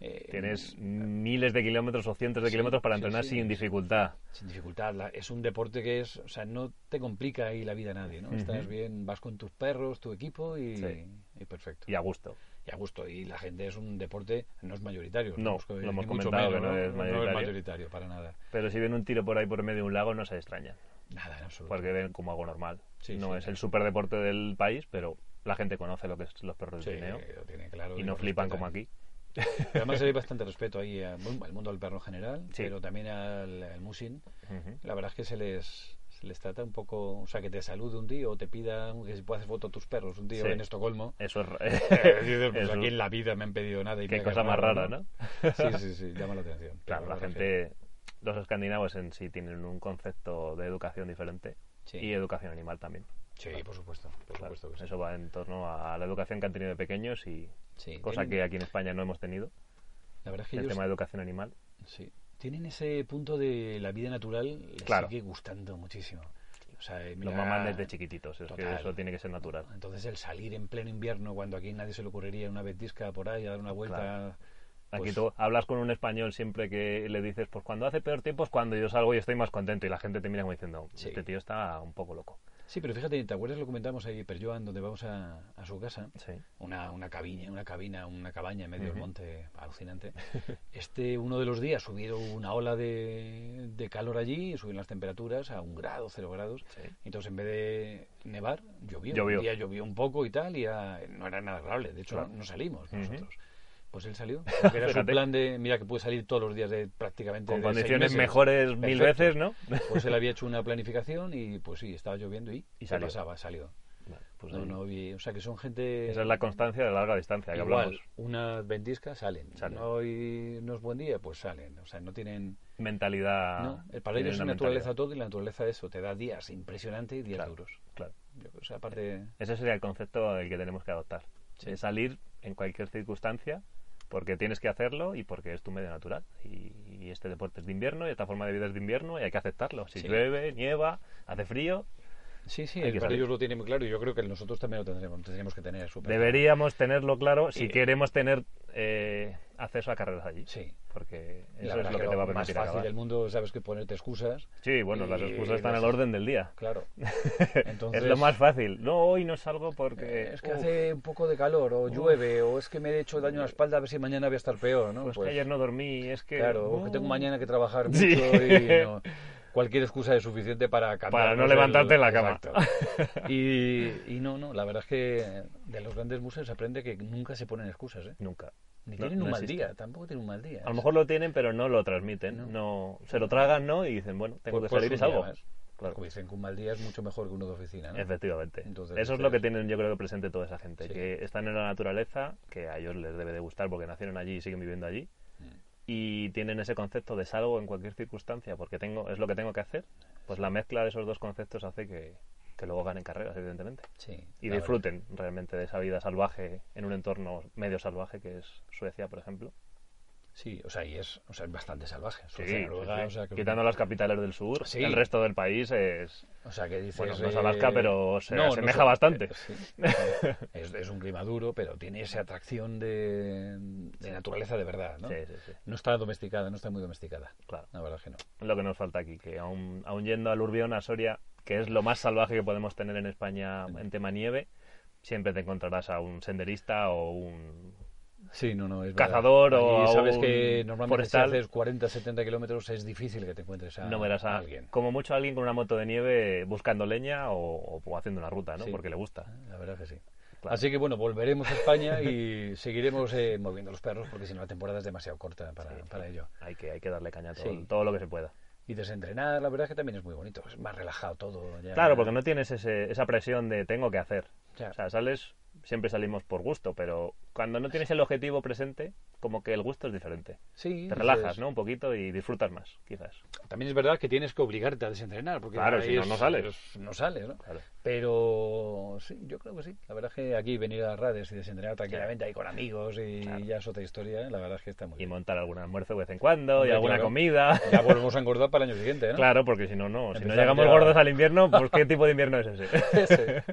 C: Eh,
B: Tienes miles de kilómetros o cientos de
C: Sí,
B: kilómetros para
C: sí,
B: entrenar
C: sí.
B: sin dificultad.
C: sin dificultad. la- es un deporte que es, o sea, no te complica ahí la vida a nadie, ¿no? Estás bien, vas con tus perros, tu equipo y,
B: Sí.
C: y perfecto.
B: Y a gusto.
C: Y a gusto. Y la gente es un deporte, no es mayoritario.
B: No,
C: hemos co-
B: lo hemos
C: ni mucho
B: comentado que no es
C: No
B: mayoritario.
C: es mayoritario, para nada.
B: Pero si ven un tiro por ahí por medio de un lago, no se extrañan,
C: Nada, en absoluto.
B: porque ven como algo normal.
C: Sí,
B: no
C: sí,
B: es
C: sí.
B: el superdeporte del país, pero la gente conoce lo que es los perros
C: Sí,
B: de trineo
C: lo tiene claro
B: y
C: y
B: no
C: lo
B: flipan
C: respetan.
B: como aquí.
C: Pero Además hay bastante respeto ahí a- bueno, al mundo del perro en general,
B: Sí.
C: pero también al, al musing.
B: Ujú.
C: La verdad es que se les, se les trata un poco, o sea, que te salude un día o te pida que si puedas hacer foto a tus perros un día
B: Sí.
C: en Estocolmo.
B: Eso es.
C: Eh, dices, pues
B: eso-
C: aquí en la vida me han pedido nada. Y
B: Qué
C: mira
B: cosa más rara,
C: raro,
B: ¿no?
C: Sí, sí, sí, llama la atención.
B: Claro,
C: Pero
B: la gente, los escandinavos en sí tienen un concepto de educación diferente
C: Sí.
B: y educación animal también.
C: Sí, por supuesto, por
B: Claro,
C: supuesto que sí.
B: Eso va en torno a la educación que han tenido de pequeños y
C: Sí,
B: cosa
C: tienen-
B: que aquí en España no hemos tenido,
C: La verdad es que
B: el
C: ellos
B: tema de educación animal.
C: sí, tienen ese punto de la vida natural, les
B: Claro.
C: sigue gustando muchísimo. O sea, eh,
B: Los
C: mira-
B: mamán desde chiquititos, es que
C: Total.
B: eso tiene que ser natural.
C: Entonces el salir en pleno invierno, cuando aquí nadie se le ocurriría una ventisca por ahí a dar una vuelta...
B: Claro. Aquí
C: pues,
B: tú hablas con un español siempre que le dices, pues cuando hace peor tiempo es cuando yo salgo y estoy más contento y la gente te mira como diciendo,
C: Sí.
B: este tío está un poco loco.
C: Sí, pero fíjate, ¿te acuerdas lo comentamos ahí, Perjoan, donde vamos a, a su casa?
B: Sí.
C: Una, una cabina, una cabina, una cabaña en medio del monte, alucinante. Este, uno de los días subieron una ola de, de calor allí, subieron las temperaturas a un grado, cero grados.
B: Sí.
C: Entonces, en vez de nevar, llovió.
B: Llovió.
C: Un día llovió un poco y tal, y era- no era nada agradable. De hecho,
B: Claro.
C: no salimos
B: Ujú.
C: nosotros. Pues él salió. Porque era su
B: Fíjate.
C: plan de, mira, que puede salir todos los días de prácticamente.
B: Con
C: de seis
B: condiciones
C: meses.
B: mejores mil
C: Perfecto.
B: veces, ¿no?
C: Pues él había hecho una planificación y pues sí, estaba lloviendo y,
B: Y
C: ¿qué
B: salió.
C: pasaba, salió.
B: Vale, pues
C: No,
B: ahí-
C: no vi- o sea que son gente
B: Esa es la constancia de larga distancia que
C: igual,
B: hablamos.
C: unas ventiscas salen.
B: Salen.
C: No, y no es buen día, pues salen. O sea, no tienen...
B: mentalidad.
C: no, el- para
B: Ah, tienen
C: ellos es
B: una
C: naturaleza
B: mentalidad.
C: todo y la naturaleza eso, te da días impresionante y días
B: Claro,
C: duros.
B: claro.
C: Yo, o sea, aparte...
B: Ese sería el concepto del que tenemos que adoptar.
C: Sí.
B: Es salir en cualquier circunstancia porque tienes que hacerlo y porque es tu medio natural. Y, y este deporte es de invierno y esta forma de vida es de invierno y hay que aceptarlo. Si
C: Sí.
B: llueve, nieva, hace frío,
C: Sí, sí,
B: Hay que
C: para
B: salir.
C: ellos lo tienen muy claro y yo creo que nosotros también lo tendremos, tendremos que tener súper claro.
B: Deberíamos tenerlo claro si
C: Y-
B: queremos tener eh, acceso a carreras allí.
C: Sí.
B: Porque
C: La
B: eso es
C: verdad
B: lo que te va a
C: más
B: permitir
C: fácil
B: acabar.
C: del mundo, sabes que ponerte excusas.
B: Sí, bueno, las
C: y
B: excusas están
C: las-
B: al orden del día.
C: Claro.
B: es lo más fácil. No, hoy no salgo porque...
C: Eh, Es que
B: uf,
C: hace un poco de calor, o llueve, o es que me he hecho daño a la espalda, a ver si mañana voy a estar peor, ¿no?
B: pues que
C: Pues,
B: ayer no dormí, es que... uh.
C: Claro, o que
B: no.
C: tengo mañana que trabajar mucho
B: Sí.
C: y no- cualquier excusa es suficiente para cambiar.
B: Para no
C: pues,
B: levantarte en la cama.
C: Exacto. Y, y no, no, la verdad es que de los grandes museos se aprende que nunca se ponen excusas, ¿eh?
B: Nunca.
C: Ni
B: No,
C: tienen un
B: no
C: mal
B: existe.
C: día, tampoco tienen un mal día.
B: A lo mejor lo tienen, pero no lo transmiten.
C: No.
B: No. se lo tragan, ¿no? Y dicen, bueno, tengo
C: Pues-
B: que
C: pues
B: salir y
C: un día
B: salgo.
C: más.
B: Claro.
C: Como dicen que un mal día es mucho mejor que uno de oficina, ¿no?
B: Efectivamente.
C: Entonces,
B: Eso es
C: dices-
B: lo que tienen, yo creo que presente toda esa gente.
C: Sí.
B: Que están en la naturaleza, que a ellos les debe de gustar porque nacieron allí y siguen viviendo allí.
C: Mm.
B: Y tienen ese concepto de salgo en cualquier circunstancia porque tengo es lo que tengo que hacer. Pues la mezcla de esos dos conceptos hace que, que luego ganen carreras, evidentemente.
C: Sí.
B: Y
C: la verdad.
B: disfruten realmente de esa vida salvaje en un entorno medio salvaje que es Suecia, por ejemplo.
C: Sí, o sea, y es, o sea, es bastante salvaje.
B: Sí,
C: Suecia, Noruega,
B: sí, sí.
C: O sea, que,
B: quitando las capitales del sur,
C: Sí.
B: el resto del país es...
C: O sea, que dices... eh,
B: Bueno, no es Alaska, pero se asemeja
C: sé.
B: bastante.
C: Sí. Bueno, es, es un clima duro, pero tiene esa atracción de, de naturaleza de verdad, ¿no?
B: Sí, sí, sí.
C: No está domesticada, no está muy domesticada.
B: Claro.
C: La verdad es que no.
B: lo que nos falta aquí, que aún, aún yendo al Urbión, a Soria, que es lo más salvaje que podemos tener en España en tema nieve, siempre te encontrarás a un senderista o un...
C: Sí, no, no, es verdad.
B: Cazador o
C: Allí
B: a
C: sabes
B: un
C: que normalmente
B: forestal.
C: si haces 40, 70 kilómetros es difícil que te encuentres a,
B: no verás a,
C: alguien.
B: Como mucho alguien con una moto de nieve buscando leña o, o haciendo una ruta, ¿no?
C: Sí.
B: Porque le gusta.
C: La verdad que sí.
B: Claro.
C: Así que bueno, volveremos a España y seguiremos eh, moviendo los perros porque si no la temporada es demasiado corta para, para ello.
B: Hay que, hay que darle caña a todo,
C: Sí.
B: todo lo que se pueda.
C: Y desentrenar, la verdad es que también es muy bonito, es más relajado todo. ya-
B: Claro, porque no tienes ese- esa presión de tengo que hacer.
C: Ya.
B: O sea, sales, siempre salimos por gusto, pero cuando no tienes el objetivo presente, como que el gusto es diferente.
C: Sí,
B: Te
C: dices-
B: relajas, ¿no? Un poquito y disfrutas más, quizás.
C: También es verdad que tienes que obligarte a desentrenar porque
B: Claro, si no,
C: es-
B: no sales.
C: es- no sales, ¿no?
B: Claro.
C: Pero sí, yo creo que sí. La verdad es que aquí venir a las redes y desentrenar tranquilamente ahí con amigos y ya es otra historia, ¿eh? la verdad es que está muy
B: Y
C: bien.
B: montar algún almuerzo de vez en cuando
C: Hombre,
B: y alguna
C: claro.
B: comida.
C: Ya volvemos a engordar para el año siguiente, ¿no?
B: Claro, porque si no, no. Si no
C: Empezamos
B: llegamos
C: ya-
B: gordos al invierno, pues ¿qué tipo de invierno es ese?
C: Sí.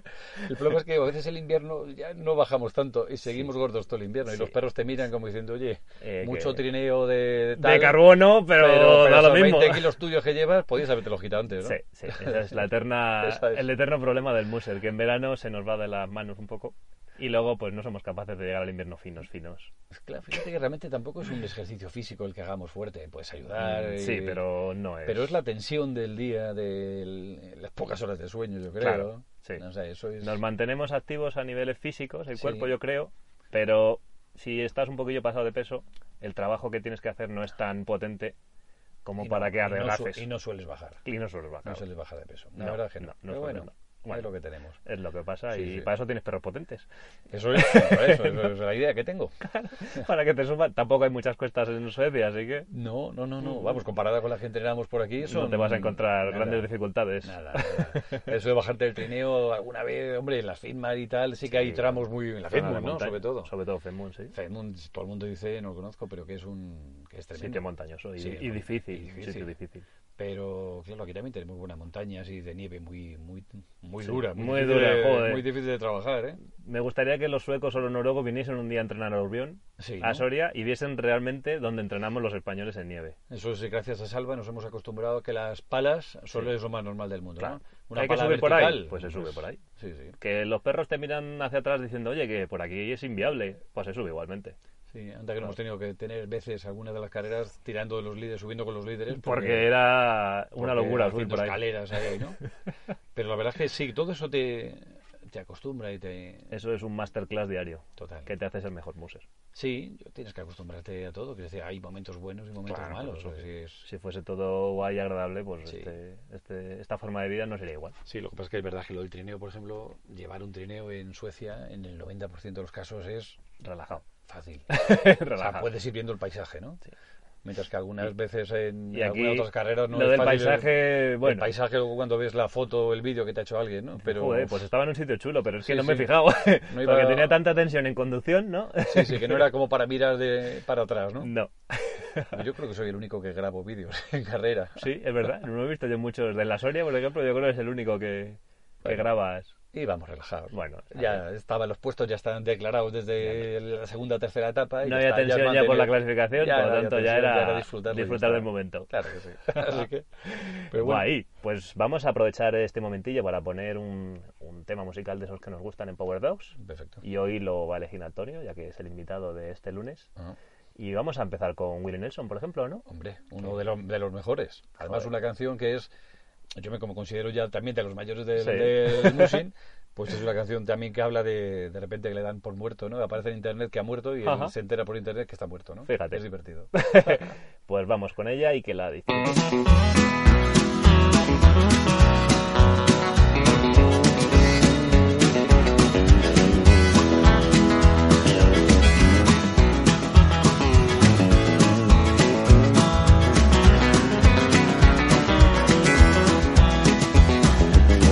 C: El problema es que a veces el invierno ya no bajamos tanto y seguimos gordos todo el invierno y
B: Sí.
C: los perros te miran como diciendo, oye,
B: Eh,
C: mucho
B: que-
C: trineo de... tal,
B: De carbono, pero, da
C: esos
B: lo mismo.
C: 20 kilos tuyos que llevas, podías haberte los quitado antes, ¿no?
B: Sí, sí, esa es la eterna,
C: Esa es.
B: el eterno problema del muser, que en verano se nos va de las manos un poco y luego pues no somos capaces de llegar al invierno finos, finos.
C: Es que, Pues Claro, fíjate que realmente tampoco es un ejercicio físico el que hagamos fuerte, puedes ayudar. y-
B: Mm, Sí, pero no es.
C: Pero es la tensión del día, de las pocas horas de sueño, yo creo.
B: Claro, sí.
C: O sea, eso es...
B: Nos mantenemos activos a niveles físicos, el
C: Sí.
B: cuerpo yo creo, pero si estás un poquillo pasado de peso, el trabajo que tienes que hacer no es tan potente como
C: y no-
B: para que
C: y no su-
B: adelgaces.
C: Y no sueles bajar.
B: Y no sueles bajar.
C: No sueles bajar de peso. La
B: No,
C: verdad que no.
B: no, no
C: Pero
B: sueles,
C: bueno,
B: no.
C: es
B: Bueno.
C: lo que tenemos.
B: Es lo que pasa
C: Sí,
B: y
C: sí.
B: para eso tienes perros potentes.
C: Eso es, eso, eso es la idea que tengo.
B: para que te suban. Tampoco hay muchas cuestas en Suecia, así que
C: No, no, no, no. Vamos, comparada con la que entrenamos por aquí, eso
B: Mm. no te vas a encontrar grandes
C: dificultades.
B: dificultades.
C: Nada, nada. Eso de bajarte del trineo alguna vez, hombre, en las Finmar y tal, sí que hay tramos muy... En la
B: Zona
C: Finmar,
B: de
C: ¿no?
B: montaña,
C: Sobre todo.
B: Sobre todo Fenmund, sí.
C: Fairmont, todo el mundo dice, no lo conozco, pero que es un que es tremendo.
B: Sitio montañoso y,
C: Sí,
B: y
C: bueno,
B: difícil.
C: y
B: difícil. Sitio difícil.
C: Pero claro, aquí también tenemos buenas montañas y de nieve muy muy muy
B: Sí,
C: dura,
B: muy
C: difícil
B: dura,
C: de-
B: joder.
C: muy difícil de trabajar, ¿eh?
B: Me gustaría que los suecos o los noruegos viniesen un día a entrenar a Urbión,
C: Sí,
B: a
C: ¿no?
B: Soria, y viesen realmente donde entrenamos los españoles en nieve.
C: Eso es gracias a Salva nos hemos acostumbrado a que las palas solo
B: Sí.
C: es lo más normal del mundo,
B: Claro.
C: ¿no? Una
B: Hay que
C: pala
B: subir por ahí,
C: vertical,
B: pues se sube por ahí.
C: Sí, sí.
B: Que los perros te miran hacia atrás diciendo, oye, que por aquí es inviable, pues se sube igualmente.
C: Sí, anda que no hemos tenido que tener veces alguna de las carreras tirando de los líderes, subiendo con los líderes.
B: Porque era
C: porque
B: una locura subir
C: haciendo
B: por ahí.
C: escaleras ahí, ¿no? Pero la verdad es que sí, todo eso te, te acostumbra y te...
B: Eso es un masterclass diario.
C: Total.
B: Que te haces el mejor muser.
C: Sí, tienes que acostumbrarte a todo. Que decir, hay momentos buenos y momentos
B: Claro,
C: malos.
B: por
C: o sea,
B: supuesto.
C: es-
B: Si fuese todo guay y agradable, pues
C: Sí.
B: este- este- esta forma de vida no sería igual.
C: Sí, lo que pasa es que es verdad que lo del trineo, por ejemplo, llevar un trineo en Suecia en el 90% de los casos es
B: Relajado.
C: fácil. o sea,
B: Relajado.
C: puedes ir viendo el paisaje, ¿no? Mientras que algunas veces en
B: Y aquí
C: algunas otras carreras no
B: lo
C: es
B: del
C: fácil el-
B: paisaje,
C: el
B: bueno.
C: paisaje luego cuando ves la foto o el vídeo que te ha hecho alguien, ¿no? Pero
B: Joder, pues estaba en un sitio chulo, pero es que
C: Sí,
B: no me he
C: sí.
B: fijado.
C: No iba-
B: Porque tenía tanta tensión en conducción, ¿no?
C: sí, sí, que no era como para mirar de para atrás, ¿no?
B: No.
C: Yo creo que soy el único que grabo vídeos en carrera.
B: Sí, es verdad. No lo he visto yo muchos. De la Soria, por ejemplo, yo creo que es el único que, que grabas.
C: Y vamos relajados.
B: Bueno,
C: ya estaban los puestos, ya estaban declarados desde la segunda tercera etapa. y
B: No
C: ya
B: había
C: está, ya
B: tensión ya,
C: mantenido.
B: por la clasificación,
C: Ya
B: por
C: no
B: lo
C: había
B: tanto ya
C: tensión,
B: era,
C: disfrutarlo y ya
B: disfrutar del
C: está.
B: momento.
C: Claro que sí. Así que, pero bueno,
B: Guay, pues vamos a aprovechar este momentillo para poner un, un tema musical de esos que nos gustan en Power Dogs.
C: perfecto.
B: Y hoy lo va a elegir Antonio, ya que es el invitado de este lunes.
C: Ah,
B: Y vamos a empezar con Willie Nelson, por ejemplo, ¿no?
C: hombre, uno de, los- de los mejores. Además,
B: Joder.
C: una canción que es, yo me como considero ya también de los mayores del,
B: Sí.
C: del Musin, pues es una canción también que habla de, de repente que le dan por muerto, ¿no? Aparece en internet que ha muerto y él
B: Ajá.
C: se entera por internet que está muerto, ¿no?
B: Fíjate.
C: Es divertido.
B: pues vamos con ella y que la disfruten.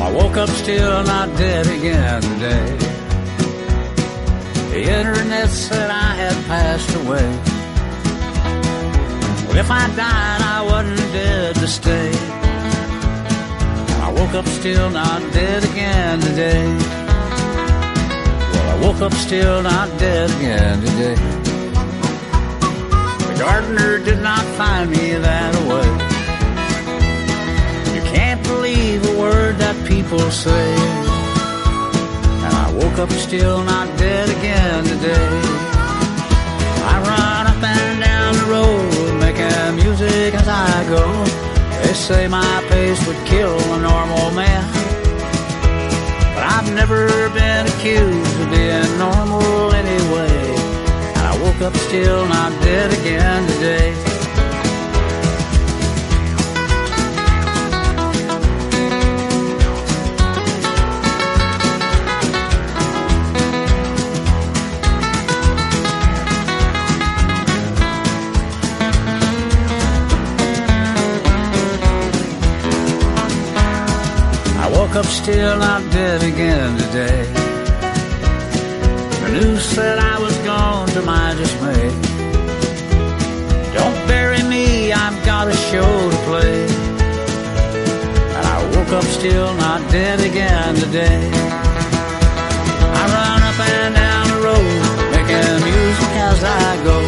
D: I woke up still not dead again today. The internet said I had passed away. Well, if I died, I wasn't dead to stay. I woke up still not dead again today. Well, I woke up still not dead again today. The gardener did not find me that way. You can't believe a word that people say. And I woke up still not dead again today. I run up and down the road, making music as I go. They say my pace would kill a normal man. But I've never been accused of being normal anyway. And I woke up still not dead again today. I woke up still not dead again today. The news said I was gone to my dismay. Don't bury me, I've got a show to play. And I woke up still not dead again today. I run up and down the road, making music as I go.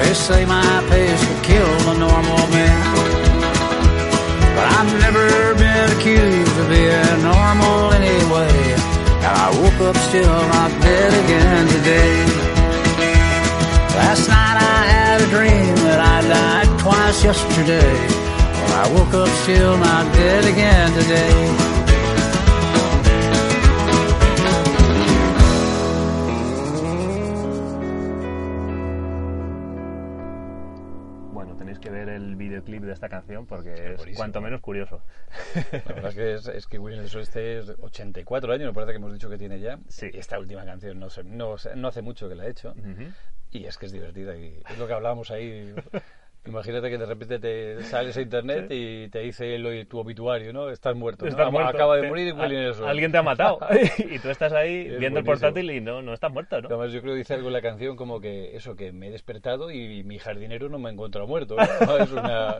D: They say my pace would kill a normal man. But I've never been accused of being normal anyway. And I woke up still not dead again today. Last night I had a dream that I died twice yesterday. Well, I woke up still not dead again today.
B: Bueno, tenéis que ver el videoclip de esta canción porque es
C: buenísimo.
B: cuanto menos curioso.
C: La verdad es que, es, es que Willie Nelson este es 84 años, me parece que hemos dicho que tiene ya.
B: Sí.
C: Y Esta última canción no, sé- no, sé- no hace mucho que la he hecho. Y es que es divertida. Y es lo que hablábamos ahí. Imagínate que de repente te sales a internet y te dice el- tu obituario, ¿no? Estás muerto. ¿no?
B: Estás
C: Ama-
B: muerto.
C: Acaba de
B: Sí.
C: morir y
B: A-
C: Willie Nelson.
B: Alguien te ha matado. y tú estás ahí
C: Es
B: viendo el
C: buenísimo.
B: portátil y no, no estás muerto, ¿no?
C: Además, yo creo que dice algo en la canción como que eso, que me he despertado y mi jardinero no me ha encontrado muerto. ¿no? Es una...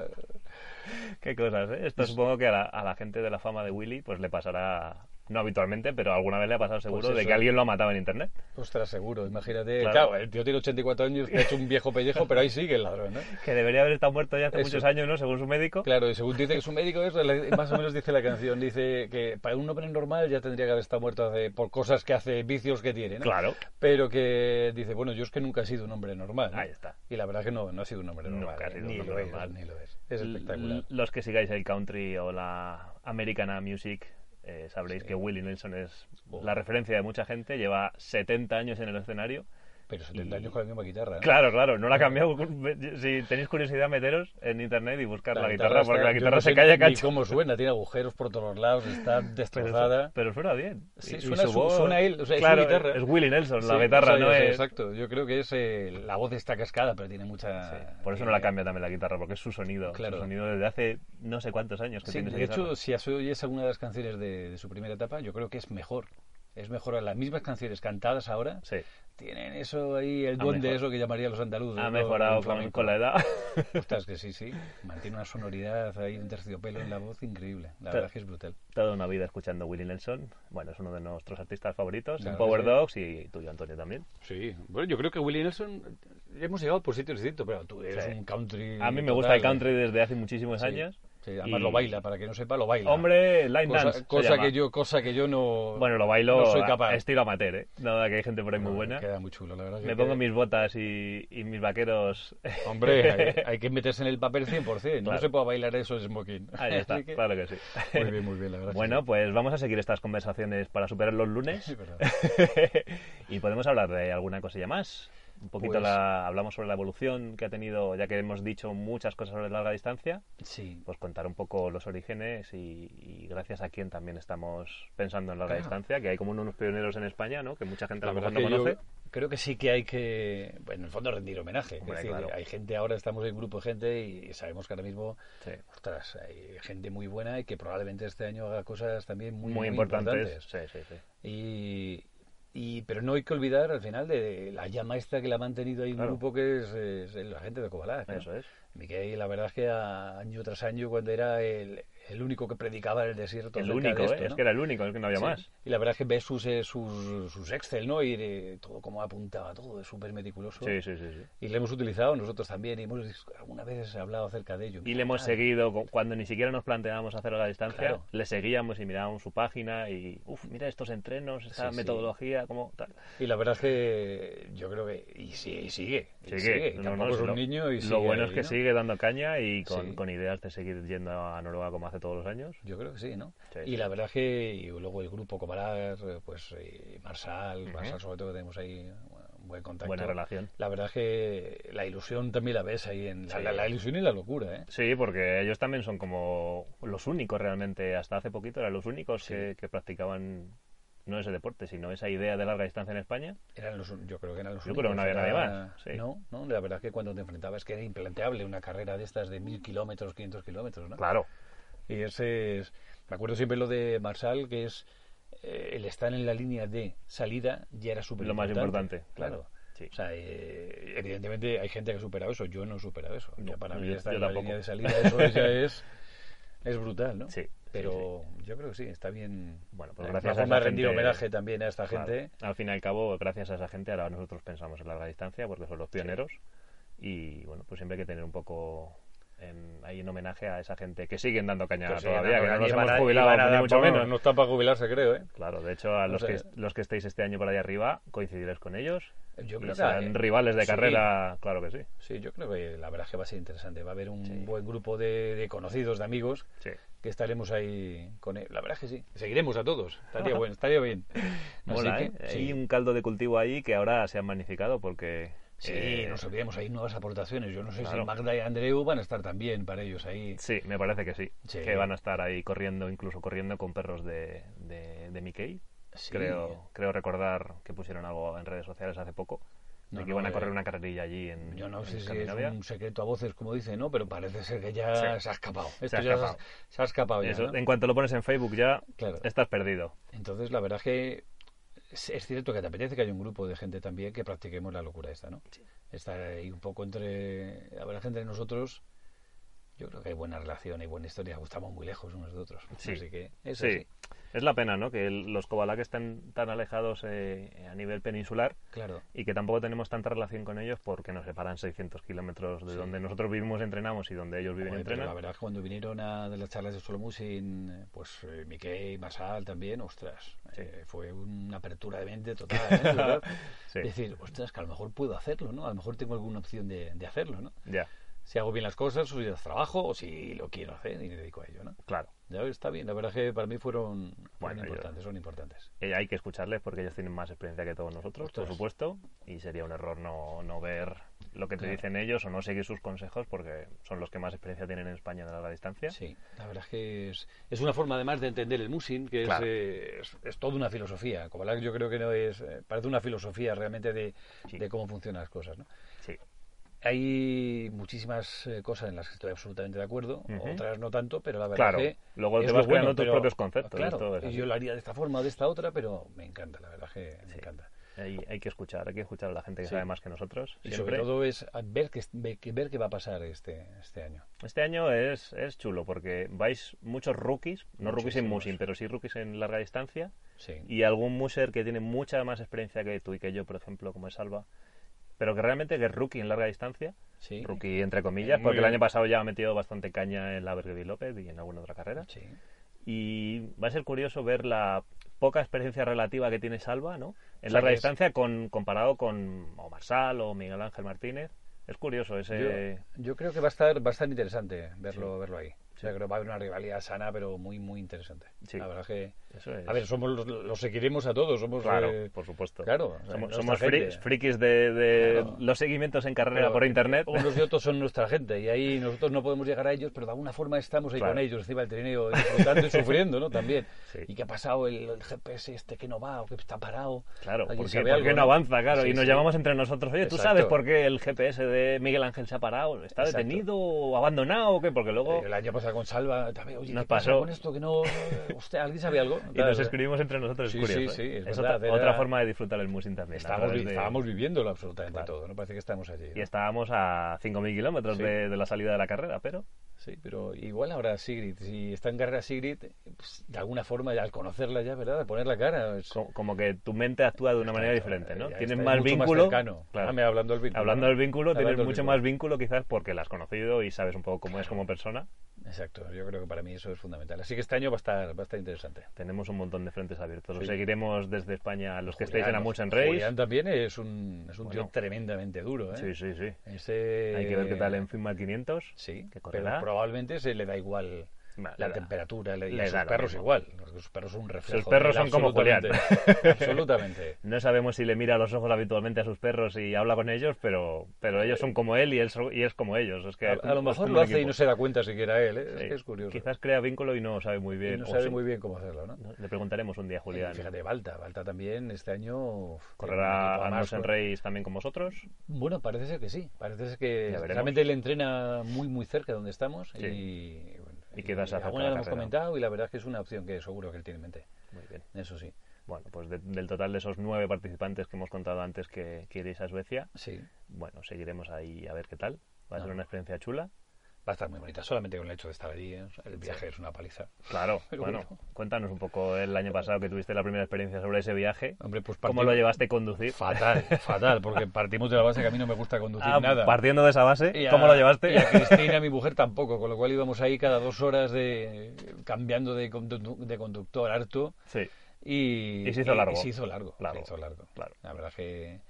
B: Qué cosas, ¿eh? Esto supongo que a la, a la gente de la fama de Willy pues le pasará, no habitualmente, pero alguna vez le ha pasado seguro de
C: Pues eso.
B: que alguien lo ha matado en internet.
C: Ostras, seguro, imagínate.
B: Claro.
C: Claro. el tío tiene 84 años, que es un viejo pellejo, pero ahí sigue el ladrón, ¿no?
B: Que debería haber estado muerto ya hace
C: Eso.
B: muchos años, ¿no? Según su médico.
C: Claro, y según dice que su médico, eso, la- más o menos dice la canción, dice que para un hombre normal ya tendría que haber estado muerto hace- por cosas que hace, vicios que tiene, ¿no?
B: Claro.
C: Pero que dice, bueno, yo es que nunca he sido un hombre normal. ¿no?
B: Ahí está.
C: Y la verdad es que no, no ha sido un hombre
B: Nunca
C: normal.
B: ha
C: ¿eh?
B: sido un
C: ni
B: hombre
C: lo es,
B: normal.
C: ni lo es. Es espectacular.
B: L- Los que sigáis el country o la americana music eh, sabréis que Willie Nelson es la referencia de mucha gente, lleva 70 años en el escenario.
C: Pero 70 años con la misma guitarra. ¿eh?
B: Claro, claro, no la ha cambiado. Si tenéis curiosidad, meteros en internet y buscar la, guitarra,
C: está-
B: porque la
C: yo
B: guitarra
C: no
B: se
C: sé
B: calla
C: ni
B: cacho.
C: cómo suena, tiene agujeros por todos lados, está destrozada.
B: Pero, pero suena bien.
C: Sí,
B: Y- y
C: suena
B: su
C: su-
B: voz-
C: suena él, o sea, es su
B: claro,
C: guitarra.
B: Es Willie Nelson, la
C: Sí,
B: guitarra,
C: o sea,
B: no
C: o sea,
B: es.
C: Exacto, yo creo que es eh, la voz está cascada, pero tiene mucha...
B: Por eso no la
C: tiene-
B: cambia también la guitarra, porque es su sonido.
C: Claro.
B: Su sonido desde hace no sé cuántos años que
C: Sí,
B: tiene esa
C: de hecho,
B: guitarra.
C: si oyes alguna de las canciones de, de su primera etapa, yo creo que es mejor. es mejorar las mismas canciones cantadas ahora.
B: Sí.
C: Tienen eso ahí, el duende,
B: mejor-
C: eso que llamarían los andaluces.
B: Ha
C: ¿no?
B: mejorado
C: El
B: con,
C: flamenco.
B: con la edad.
C: Ostras, que sí, sí. Mantiene una sonoridad ahí, un terciopelo en la voz increíble. La
B: Pero-
C: verdad es que es brutal.
B: Toda una vida escuchando Willie Nelson. Bueno, es uno de nuestros artistas favoritos.
C: La
B: en
C: verdad
B: Power
C: que sí.
B: Dogs y tuyo, Antonio, también.
C: Sí, bueno, yo creo que Willie Nelson hemos llegado por sitios distintos, pero tú eres
B: Sí.
C: un country.
B: A mí me gusta
C: total,
B: el country desde hace
C: ¿eh?
B: muchísimos
C: Sí,
B: años.
C: sí, además
B: Y-
C: lo baila, para que no sepa, lo baila.
B: Hombre, line
C: cosa,
B: dance. se
C: cosa
B: llama.
C: que yo, cosa que yo no.
B: Bueno, lo bailo
C: No soy capaz.
B: estilo amateur, ¿eh? Nada, que hay gente por ahí muy
C: No,
B: buena.
C: Queda muy chulo, la verdad. que
B: Me pongo
C: queda-
B: mis botas y, y mis vaqueros.
C: Hombre, hay, hay que meterse en el papel 100%. No
B: Claro.
C: se puede bailar eso en smoking.
B: Ahí está,
C: Así que-
B: claro que sí.
C: Muy bien, muy bien, la verdad.
B: Bueno, pues vamos a seguir estas conversaciones para superar los lunes.
C: Es verdad.
B: y podemos hablar de alguna cosilla más. Un poquito
C: Pues-
B: la- hablamos sobre la evolución que ha tenido, ya que hemos dicho muchas cosas sobre larga distancia,
C: sí.
B: pues contar un poco los orígenes y, y gracias a quién también estamos pensando en larga
C: Claro.
B: distancia, que hay como unos pioneros en España, ¿no? Que mucha gente a
C: La
B: lo mejor
C: verdad
B: no
C: que yo
B: conoce.
C: creo que sí que hay que, bueno, en el fondo rendir homenaje. Es
B: Hombre,
C: decir,
B: claro.
C: Hay gente ahora, estamos en grupo de gente y sabemos que ahora mismo,
B: Sí.
C: ostras, hay gente muy buena y que probablemente este año haga cosas también muy,
B: Muy, importantes. Sí, sí, sí.
C: Y, y- pero no hay que olvidar al final de la llama esta que la ha mantenido ahí
B: Claro.
C: un grupo que es, es la gente de Cobalá. ¿no?
B: Eso es.
C: Miquel, la verdad es que a- año tras año, cuando era el, el único que predicaba en el desierto.
B: El
C: acerca de
B: único,
C: esto,
B: ¿eh? es
C: ¿no?
B: que era el único, es que no había
C: Sí.
B: más.
C: Y la verdad es que ves sus, eh, sus, sus Excel, ¿no? Y eh, todo como apuntaba, todo es súper meticuloso.
B: Sí, sí, sí, sí.
C: Y le hemos utilizado nosotros también y hemos dis- alguna vez hablado acerca de ello.
B: Y le hemos
C: Ah,
B: seguido, cu- cuando ni siquiera nos planteábamos hacer a la distancia,
C: Claro.
B: le seguíamos y mirábamos su página y, uff, mira estos entrenos, esta
C: Sí, sí.
B: metodología, como tal.
C: Y la verdad es que yo creo que... Y, sí, y sigue. y
B: Sigue,
C: sigue.
B: no, no,
C: Tampoco
B: no,
C: es un
B: lo-
C: niño y sigue
B: Lo bueno
C: ahí,
B: es que
C: ¿no?
B: sigue dando caña y con,
C: Sí.
B: con ideas de seguir yendo a Noruega como hace todos los años.
C: Yo creo que sí, ¿no?
B: Sí,
C: y
B: sí.
C: la verdad es que y luego el grupo Coparar, pues eh, Marsal, Marsal sobre todo que tenemos ahí eh, un buen contacto.
B: Buena relación.
C: La verdad es que la ilusión también la ves ahí en... la-
B: Sí.
C: la- la ilusión y la locura, ¿eh?
B: Sí, porque ellos también son como los únicos realmente, hasta hace poquito eran los únicos que, que practicaban no ese deporte, sino esa idea de larga distancia en España.
C: Eran los, un- yo creo que eran los
B: Yo creo que no
C: únicos,
B: había
C: era-
B: nadie más, sí.
C: No, no, la verdad es que cuando te enfrentabas que era implanteable una carrera de estas de mil kilómetros, 500 kilómetros, ¿no?
B: Claro.
C: Y ese es, me acuerdo siempre lo de Marsal, que es eh, el estar en la línea de salida ya era súper
B: Pues Lo más importante, claro,
C: claro.
B: sí.
C: O sea, eh, evidentemente hay gente que ha superado eso, yo no he superado eso.
B: No,
C: Ya para mí
B: yo-
C: estar
B: yo
C: en la
B: tampoco.
C: línea de salida eso ya es, es brutal, ¿no?
B: Sí, sí,
C: Pero yo creo que sí, está bien.
B: Bueno, pues
C: Una
B: gracias a
C: forma
B: esa
C: de rendir
B: gente-
C: homenaje también a esta
B: Claro.
C: gente.
B: Al fin y al cabo, gracias a esa gente, ahora nosotros pensamos en larga distancia porque son los pioneros. Y bueno, pues siempre hay que tener un poco en- ahí en homenaje a esa gente que siguen dando caña
C: Pues sí,
B: todavía,
C: no,
B: que no
C: ni
B: nos
C: van a-
B: hemos
C: ni
B: jubilado,
C: van a
B: ni
C: dar
B: mucho
C: por-
B: menos.
C: No está para jubilarse, creo, ¿eh?
B: Claro, de hecho, a los,
C: sea-
B: que, los que estéis este año por ahí arriba, coincidiréis con ellos.
C: Yo
B: Y
C: creo que-
B: serán rivales de
C: sí.
B: carrera, claro que sí.
C: Sí, yo creo que la verdad es que va a ser interesante. Va a haber un
B: Sí.
C: buen grupo de, de conocidos, de amigos,
B: Sí.
C: que estaremos ahí con él. La verdad es que sí. Seguiremos a todos. Estaría bueno, estaría bien.
B: Mola,
C: Así
B: ¿eh?
C: que,
B: Hay
C: sí,
B: un caldo de cultivo ahí que ahora se han magnificado porque...
C: Sí,
B: eh,
C: nos olvidemos, hay nuevas aportaciones. Yo no sé
B: claro.
C: si Magda y Andreu van a estar también para ellos ahí.
B: Sí, me parece que sí.
C: Sí.
B: Que van a estar ahí corriendo, incluso corriendo con perros de, de, de Mickey.
C: Sí.
B: Creo, creo recordar que pusieron algo en redes sociales hace poco. De
C: No,
B: que
C: no,
B: iban a
C: eh,
B: correr una carrerilla allí en,
C: Yo no
B: Mm, en
C: sé si es
B: Escandinavia.
C: un secreto a voces, como dice, ¿no? Pero parece ser que ya
B: Sí.
C: se ha escapado. Esto
B: ha
C: ya
B: escapado.
C: se ha escapado ya,
B: Eso,
C: ¿no?
B: En cuanto lo pones en Facebook ya
C: Claro.
B: estás perdido.
C: Entonces, la verdad es que es, es cierto que te apetece que haya un grupo de gente también que practiquemos la locura esta, ¿no? Estar ahí un poco entre... Habrá gente de nosotros... Yo creo que hay buena relación, hay buena historia. Estamos muy lejos unos de otros.
B: Sí.
C: Así que es
B: sí.
C: así.
B: Es la pena, ¿no? Que el- los Kobalak estén tan alejados eh, a nivel peninsular
C: Claro.
B: y que tampoco tenemos tanta relación con ellos porque nos separan 600 kilómetros de donde nosotros vivimos, entrenamos y donde ellos viven,
C: Joder, pero la
B: entrenan.
C: verdad es que cuando vinieron a de las charlas de Solo Musin, pues eh, Miquel, Masal también, ostras, eh, fue una apertura de mente total. ¿eh? De verdad.
B: Sí.
C: Decir, ostras, que a lo mejor puedo hacerlo, ¿no? A lo mejor tengo alguna opción de, de hacerlo, ¿no?
B: Ya,
C: Si hago bien las cosas, o si las trabajo, o si lo quiero hacer y me dedico a ello, ¿no?
B: claro.
C: Ya está bien, la verdad es que para mí fueron, fueron
B: Bueno, yo-
C: importantes, son importantes.
B: Eh, hay que escucharles porque ellos tienen más experiencia que todos nosotros,
C: Ostras.
B: por supuesto, y sería un error no, no ver lo que te
C: Claro.
B: dicen ellos o no seguir sus consejos porque son los que más experiencia tienen en España de larga distancia.
C: Sí, la verdad es que es, es una forma además de entender el musing, que es,
B: Claro.
C: eh, es, es toda una filosofía. Kobalak yo creo que no es, eh, parece una filosofía realmente de,
B: Sí.
C: de cómo funcionan las cosas. ¿no?
B: Sí.
C: hay muchísimas eh, cosas en las que estoy absolutamente de acuerdo,
B: Ujú.
C: otras no tanto, pero la verdad
B: Claro,
C: que
B: luego te
C: es
B: vas
C: lo bueno,
B: creando tus
C: pero-
B: propios conceptos,
C: Claro,
B: esto es
C: y
B: así.
C: yo lo haría de esta forma o de esta otra, pero me encanta, la verdad que me encanta.
B: Hay, hay que escuchar, hay que escuchar a la gente que
C: Sí.
B: sabe más que nosotros.
C: Y
B: siempre.
C: sobre todo es a ver qué ve- que- ver qué va a pasar este, este año.
B: Este año es, es chulo porque vais muchos rookies, no rookies en
C: Muchísimos.
B: musing, pero sí rookies en larga distancia.
C: Sí.
B: y algún muser que tiene mucha más experiencia que tú y que yo, por ejemplo, como es Alba, pero que realmente que es rookie en larga distancia,
C: Sí. Eh,
B: rookie entre comillas,
C: Muy
B: porque el
C: bien.
B: año pasado ya ha metido bastante caña en la Bergevin López y en alguna otra carrera.
C: Sí.
B: Y va a ser curioso ver la poca experiencia relativa que tiene Salva, ¿no? En
C: sea,
B: larga
C: que es-
B: distancia con, comparado con Omar Sal o Miguel Ángel Martínez. Es curioso ese...
C: Yo, yo creo que va a estar, va a estar interesante verlo, verlo ahí. O sea, creo que va a haber una rivalidad sana, pero muy, muy interesante.
B: Sí.
C: La verdad que...
B: Eso es.
C: A ver, somos los, los seguiremos a todos. Somos,
B: Claro,
C: eh,
B: por supuesto.
C: Claro. o sea,
B: somos
C: nuestra
B: somos
C: gente.
B: fri- frikis de, de
C: Claro.
B: los seguimientos en carrera
C: Pero
B: por internet.
C: Unos y otros son nuestra gente y ahí nosotros no podemos llegar a ellos, pero de alguna forma estamos ahí
B: Claro.
C: con ellos, encima del trineo, disfrutando y sufriendo, ¿no? También.
B: Sí.
C: ¿Y qué ha pasado el, el GPS este que no va o que está parado?
B: Claro,
C: ¿Alguien
B: porque,
C: sabe
B: porque
C: algo,
B: no avanza, claro.
C: Sí,
B: y nos
C: sí.
B: llamamos entre nosotros, oye, ¿tú
C: Exacto.
B: sabes por qué el GPS de Miguel Ángel se ha parado? ¿Está
C: Exacto. Eh,
B: detenido o abandonado o qué? Porque luego...
C: El año pasado con Salva, también, oye,
B: Oh. Nos
C: ¿qué pasa
B: pasó.
C: con esto que no... Usted, ¿Alguien sabe algo?
B: Y
C: Claro.
B: nos escribimos entre nosotros,
C: Sí,
B: es curioso.
C: sí,
B: ¿eh?
C: sí, es
B: otra,
C: verdad, era-
B: otra forma de disfrutar el musing también. a
C: Estábamos,
B: través
C: vi-
B: de-
C: estábamos viviéndolo absolutamente
B: Claro.
C: todo, ¿no? Parece que estamos allí. ¿no?
B: Y estábamos a 5.000 kilómetros
C: Sí.
B: de, de la salida de la carrera, pero...
C: Sí, pero igual ahora Sigrid, si está en carrera Sigrid, pues, de alguna forma, al conocerla ya, ¿verdad? Al poner la cara. es-
B: co- Como que tu mente actúa de una manera diferente, ¿no?
C: Ya
B: Tienes
C: está,
B: más
C: mucho
B: vínculo.
C: cercano.
B: claro.
C: Ah, me- hablando del vínculo.
B: Hablando
C: ¿no?
B: del vínculo,
C: Hablando
B: tienes
C: del
B: mucho
C: vínculo.
B: más vínculo quizás porque la has conocido y sabes un poco cómo es como persona.
C: Exacto, yo creo que para mí eso es fundamental. Así que este año va a estar, va a estar interesante.
B: Tenemos un montón de frentes abiertos. Lo
C: Sí.
B: seguiremos desde España a los que estáis en
C: Julián,
B: Amuch en Reis.
C: Julián también es un, es un
B: Bueno.
C: tío tremendamente duro, ¿eh?
B: Sí, sí, sí.
C: Ese-
B: Hay que ver qué tal en FIMA 500.
C: Sí,
B: que
C: pero
B: correrá.
C: probablemente se le da igual
B: Vale,
C: la
B: da.
C: temperatura le, y
B: Le
C: a
B: da
C: sus
B: lo
C: perros
B: mismo.
C: igual. porque Sus perros son un reflejo.
B: Sus
C: de
B: perros
C: él,
B: son como Julián.
C: absolutamente. absolutamente.
B: No sabemos si le mira a los ojos habitualmente a sus perros y habla con ellos, pero, pero ellos son como él y él, so- y es como ellos. Es que
C: A,
B: es
C: a lo
B: un- es
C: mejor
B: como
C: lo
B: un
C: hace y
B: equipo.
C: no se da cuenta siquiera él, ¿eh? Es,
B: Sí.
C: que es curioso.
B: Quizás crea vínculo y no sabe muy
C: Y
B: bien.
C: no
B: o
C: sabe
B: sí.
C: muy bien cómo hacerlo, ¿no?
B: Le preguntaremos un día a Julián.
C: Y fíjate, Balta. Balta también este año... uf, tiene un equipo
B: ¿Correrá
C: más, pues.
B: Amos en
C: ¿no?
B: Reis también con vosotros?
C: Bueno, parece ser que sí. Parece ser que
B: Ya veremos.
C: realmente él entrena muy, muy cerca de donde estamos.
B: Sí.
C: Y, bueno,
B: Y quizás acerca
C: alguna
B: la
C: la hemos
B: carrera.
C: comentado y la verdad es que es una opción que seguro que él tiene en mente.
B: Muy bien.
C: Eso sí.
B: Bueno, pues de- del total de esos nueve participantes que hemos contado antes que, que iréis a Suecia,
C: Sí.
B: bueno, seguiremos ahí a ver qué tal. Va a ser
C: Ah.
B: una experiencia chula.
C: Va a estar muy bonita. Solamente con el hecho de estar allí. ¿eh? El viaje es una paliza.
B: Claro,
C: Pero
B: bueno,
C: bueno.
B: cuéntanos un poco el año pasado que tuviste la primera experiencia sobre ese viaje.
C: Hombre, pues
B: ¿Cómo
C: partimos-
B: lo llevaste a conducir?
C: Fatal, fatal. Porque partimos de la base que a mí no me gusta conducir
B: Ah,
C: nada.
B: Partiendo de esa base,
C: Y a-
B: ¿cómo lo llevaste?
C: Y a Cristina, mi mujer, tampoco, con lo cual íbamos ahí cada dos horas de cambiando de, condu- de conductor harto.
B: sí,
C: Y,
B: Y se hizo largo.
C: se hizo largo. se
B: Largo,
C: hizo largo.
B: claro.
C: La verdad es que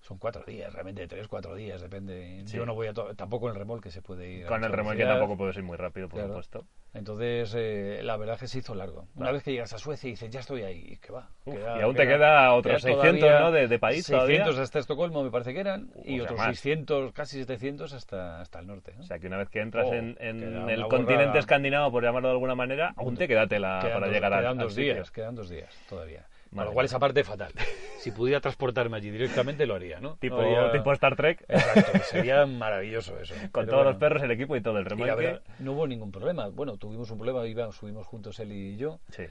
C: son cuatro días, realmente tres, cuatro días, depende.
B: Sí.
C: Yo no voy a to- tampoco en el remolque se puede ir. a
B: con
C: mucha
B: el remolque
C: velocidad.
B: tampoco puedes ir muy rápido, por
C: Claro.
B: supuesto.
C: Entonces, eh, la verdad es que se hizo largo. Una
B: Claro.
C: vez que llegas a Suecia y dices, ya estoy ahí, y que va.
B: Uf, y aún te queda otros 600,
C: todavía
B: ¿no? de- de país
C: 600
B: todavía.
C: hasta Estocolmo, me parece que eran, y
B: o sea,
C: otros
B: más.
C: 600, casi 700 hasta, hasta el norte. ¿no?
B: O sea, que una vez que entras
C: Oh,
B: en, en
C: queda una
B: el
C: borrada.
B: continente escandinavo, por llamarlo de alguna manera, aún te queda tela
C: Quedan
B: para
C: dos-
B: llegar al,
C: quedan
B: al
C: dos
B: sitio.
C: días, quedan dos días todavía. Con
B: Madre
C: lo cual
B: mía.
C: esa parte fatal. Si pudiera transportarme allí directamente lo haría, ¿no?
B: Tipo,
C: No haría-
B: tipo Star Trek,
C: Oh, Exacto, sería maravilloso eso.
B: con
C: Pero
B: todos
C: bueno,
B: los perros, el equipo y todo el
C: y la
B: remolque.
C: verdad, no hubo ningún problema. Bueno, tuvimos un problema, iba- subimos juntos él y yo.
B: Sí.